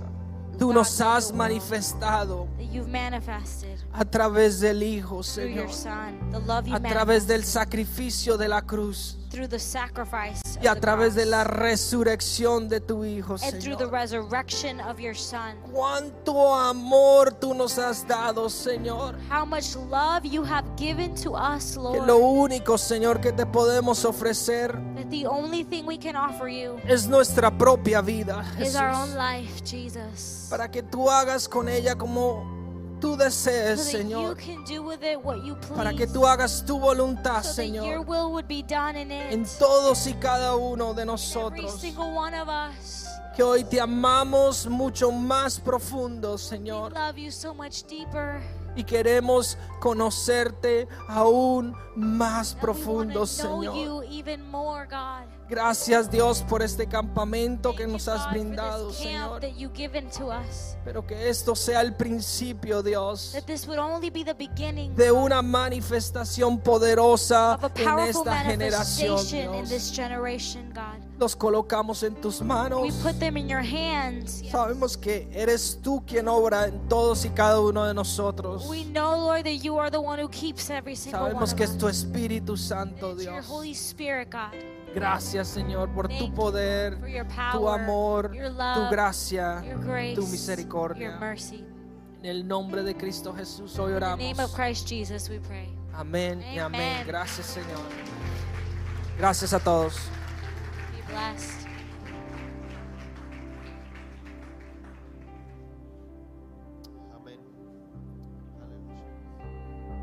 Speaker 1: tú
Speaker 2: God
Speaker 1: nos has
Speaker 2: loved the world.
Speaker 1: manifestado
Speaker 2: that you've manifested
Speaker 1: a través del Hijo,
Speaker 2: through your
Speaker 1: Señor,
Speaker 2: Son, the love you
Speaker 1: a través del
Speaker 2: manifested
Speaker 1: sacrificio de la cruz
Speaker 2: through the sacrifice
Speaker 1: y a
Speaker 2: of the
Speaker 1: través de la
Speaker 2: cross,
Speaker 1: resurrección de tu Hijo,
Speaker 2: and through the
Speaker 1: Señor.
Speaker 2: resurrection of your Son.
Speaker 1: Cuánto amor tú nos has dado, Señor.
Speaker 2: How much love you have given to us,
Speaker 1: Que lo
Speaker 2: Lord.
Speaker 1: único, Señor, que te podemos ofrecer
Speaker 2: That the only thing we can offer you
Speaker 1: es nuestra propia vida,
Speaker 2: is
Speaker 1: Jesús.
Speaker 2: our own life, Jesus.
Speaker 1: Para que tú hagas con ella como tú desees,
Speaker 2: So that you
Speaker 1: Señor.
Speaker 2: can do with it what you please.
Speaker 1: Para que tú hagas tu voluntad,
Speaker 2: so that your
Speaker 1: Señor,
Speaker 2: will would be done in
Speaker 1: en
Speaker 2: it.
Speaker 1: todos y cada uno de
Speaker 2: Every
Speaker 1: nosotros.
Speaker 2: single one of us.
Speaker 1: Que hoy te amamos mucho más profundo,
Speaker 2: We
Speaker 1: Señor.
Speaker 2: love you so much deeper.
Speaker 1: Y queremos conocerte aún más
Speaker 2: And we wanna
Speaker 1: profundo,
Speaker 2: know
Speaker 1: Señor.
Speaker 2: you even more, God.
Speaker 1: Gracias, Dios, por este campamento
Speaker 2: Thank
Speaker 1: que
Speaker 2: you,
Speaker 1: nos has
Speaker 2: God, for this
Speaker 1: brindado,
Speaker 2: camp
Speaker 1: Señor.
Speaker 2: That you've given to us.
Speaker 1: Pero que esto sea el principio, Dios,
Speaker 2: That this would only be the beginning
Speaker 1: de una manifestación poderosa
Speaker 2: of a
Speaker 1: en
Speaker 2: powerful
Speaker 1: esta generación,
Speaker 2: manifestation in this
Speaker 1: Dios.
Speaker 2: generation, God.
Speaker 1: Los colocamos en tus
Speaker 2: We
Speaker 1: manos.
Speaker 2: put them in your hands.
Speaker 1: Sabemos que eres tú quien obra en todos y cada uno de nosotros.
Speaker 2: We know, Lord, that you are the one who keeps every single one.
Speaker 1: Sabemos
Speaker 2: of
Speaker 1: que es
Speaker 2: us.
Speaker 1: tu Espíritu Santo,
Speaker 2: It's your
Speaker 1: Dios.
Speaker 2: Holy Spirit, God,
Speaker 1: Gracias, Señor, por
Speaker 2: Thank
Speaker 1: tu
Speaker 2: you
Speaker 1: poder,
Speaker 2: for your
Speaker 1: tu
Speaker 2: power,
Speaker 1: amor,
Speaker 2: your
Speaker 1: tu
Speaker 2: love,
Speaker 1: gracia,
Speaker 2: your grace,
Speaker 1: tu misericordia.
Speaker 2: your mercy.
Speaker 1: En el nombre de Cristo Jesús hoy
Speaker 2: In the name of
Speaker 1: oramos.
Speaker 2: Christ Jesus, we pray.
Speaker 1: Amén y amén.
Speaker 2: Amen.
Speaker 1: Gracias, Señor. Gracias a todos.
Speaker 2: Be blessed.